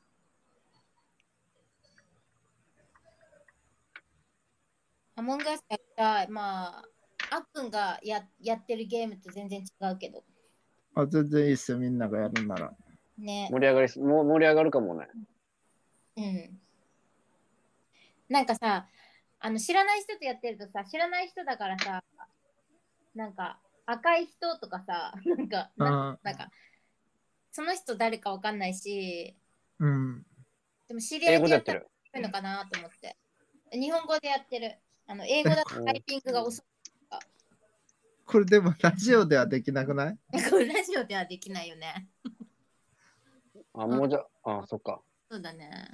[SPEAKER 1] アモンガスやりたい。まあ、あっくんがややってるゲームと全然違うけど。
[SPEAKER 2] あ、全然いいっすよ、みんながやるんなら。
[SPEAKER 1] ね。
[SPEAKER 3] 盛り上がりす、もう盛り上がるかもね。
[SPEAKER 1] うんなんかさあの知らない人とやってるとさ知らない人だからさなんか赤い人とかさ <laughs> なんか
[SPEAKER 2] う。
[SPEAKER 1] なんなんかその人誰かわかんないし
[SPEAKER 2] うん。
[SPEAKER 1] でも知り合
[SPEAKER 3] 英
[SPEAKER 1] い
[SPEAKER 3] 語
[SPEAKER 1] でや
[SPEAKER 3] でやっ
[SPEAKER 1] ってたら
[SPEAKER 3] る。
[SPEAKER 1] いいのかなと思って日本語でやってるあの英語だとタイピングが遅い
[SPEAKER 2] これでもラジオではできなくない
[SPEAKER 1] <laughs> これラジオではできないよね
[SPEAKER 3] あ、もうじゃ、あ、そっか。
[SPEAKER 1] そうだね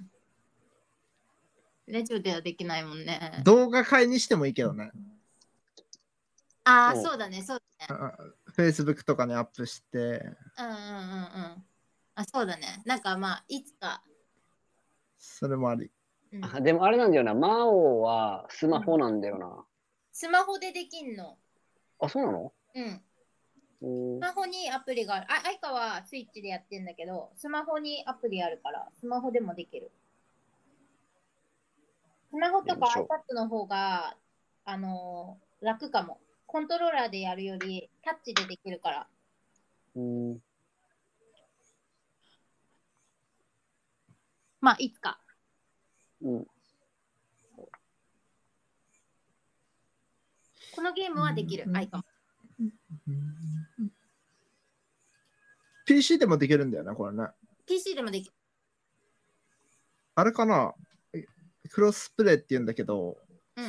[SPEAKER 1] ラジオではできないもんね
[SPEAKER 2] 動画会にしてもいいけどね。
[SPEAKER 1] ああ
[SPEAKER 3] そう
[SPEAKER 1] そうだねそうだね
[SPEAKER 2] フェイスブックとかにアップし
[SPEAKER 1] う
[SPEAKER 2] て、
[SPEAKER 1] んうんうんうん。あ、そうだね。なんかまあ、いつか。
[SPEAKER 2] それもあり。
[SPEAKER 1] うん
[SPEAKER 3] あでもあれなんだよな、マオはスマホなんだよな。
[SPEAKER 1] スマホでできんの。
[SPEAKER 3] あ、そうなの
[SPEAKER 1] うん。
[SPEAKER 3] うん
[SPEAKER 1] スマホにアプリがある。あ、相川はスイッチでやってんだけど、スマホにアプリあるから、スマホでもできる。スマホとか
[SPEAKER 3] よいしょ
[SPEAKER 1] iPad の方が、あのー楽かも。コントローラーでやるより、タッチでできるから。
[SPEAKER 3] うん。
[SPEAKER 1] まあ、いつか。
[SPEAKER 3] うん。
[SPEAKER 1] このゲームはできる
[SPEAKER 2] う、ん
[SPEAKER 1] 相川。
[SPEAKER 2] PC でもできるんだよね、これね。
[SPEAKER 1] PC でもできる。
[SPEAKER 2] あれかなえクロスプレイって言うんだけど、
[SPEAKER 1] うん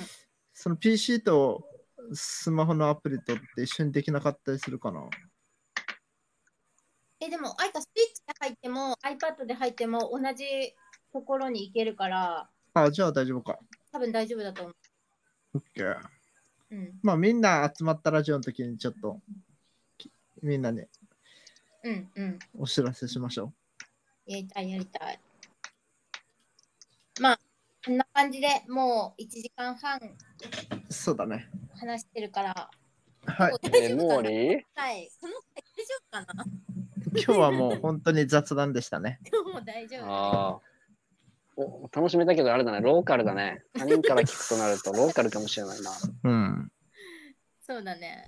[SPEAKER 2] その PC とスマホのアプリとって一緒にできなかったりするかな
[SPEAKER 1] え、でも、あいかスイッチで入っても、iPad で入っても、同じところに行けるから、
[SPEAKER 2] あ、じゃあ大丈夫か。
[SPEAKER 1] 多分大丈夫だと思
[SPEAKER 2] OK。
[SPEAKER 1] う。うん。
[SPEAKER 2] まあみんな集まったラジオの時にちょっときみんなに
[SPEAKER 1] うんうん。
[SPEAKER 2] お知らせしましょ
[SPEAKER 1] やりたい、やりたい。まあ、こんな感じでもう1時間半
[SPEAKER 2] う。そうだね。
[SPEAKER 1] 話してるから、
[SPEAKER 2] はい。
[SPEAKER 1] 大
[SPEAKER 3] え
[SPEAKER 1] 丈夫
[SPEAKER 3] ー、もう
[SPEAKER 1] か
[SPEAKER 3] 終わ
[SPEAKER 1] な
[SPEAKER 3] り
[SPEAKER 1] はい、この回大丈夫かな <laughs>
[SPEAKER 2] 今日はもう本当に雑談でしたね。
[SPEAKER 1] もう大丈夫。
[SPEAKER 3] ああ。お楽しめたけど、あれだね、ローカルだね。他人から聞くとなると、ローカルかもしれないな。
[SPEAKER 2] うん。
[SPEAKER 1] そうだね。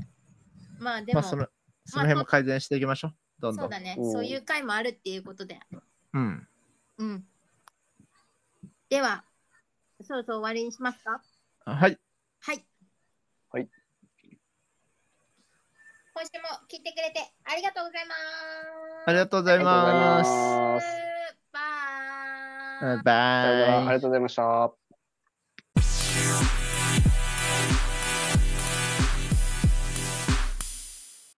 [SPEAKER 1] まあで
[SPEAKER 2] ま
[SPEAKER 1] も、
[SPEAKER 2] あそのその辺も改善していきましょう。どんど
[SPEAKER 1] そう
[SPEAKER 2] ん。
[SPEAKER 1] だね。
[SPEAKER 3] うん
[SPEAKER 1] そういう回もあるっていうことで。
[SPEAKER 2] うん。
[SPEAKER 1] うん。では、そろそろ終わりにしますか
[SPEAKER 2] はい。
[SPEAKER 1] はい。
[SPEAKER 3] はい。
[SPEAKER 1] 今週も聞いてくれてありがとうございま
[SPEAKER 2] ありがとうござ
[SPEAKER 3] あ
[SPEAKER 2] い
[SPEAKER 3] りがとうござい
[SPEAKER 2] ます。
[SPEAKER 3] ます。
[SPEAKER 1] す。バイ。
[SPEAKER 2] バイ
[SPEAKER 3] さようならあり
[SPEAKER 2] バイ
[SPEAKER 3] が。とうございました。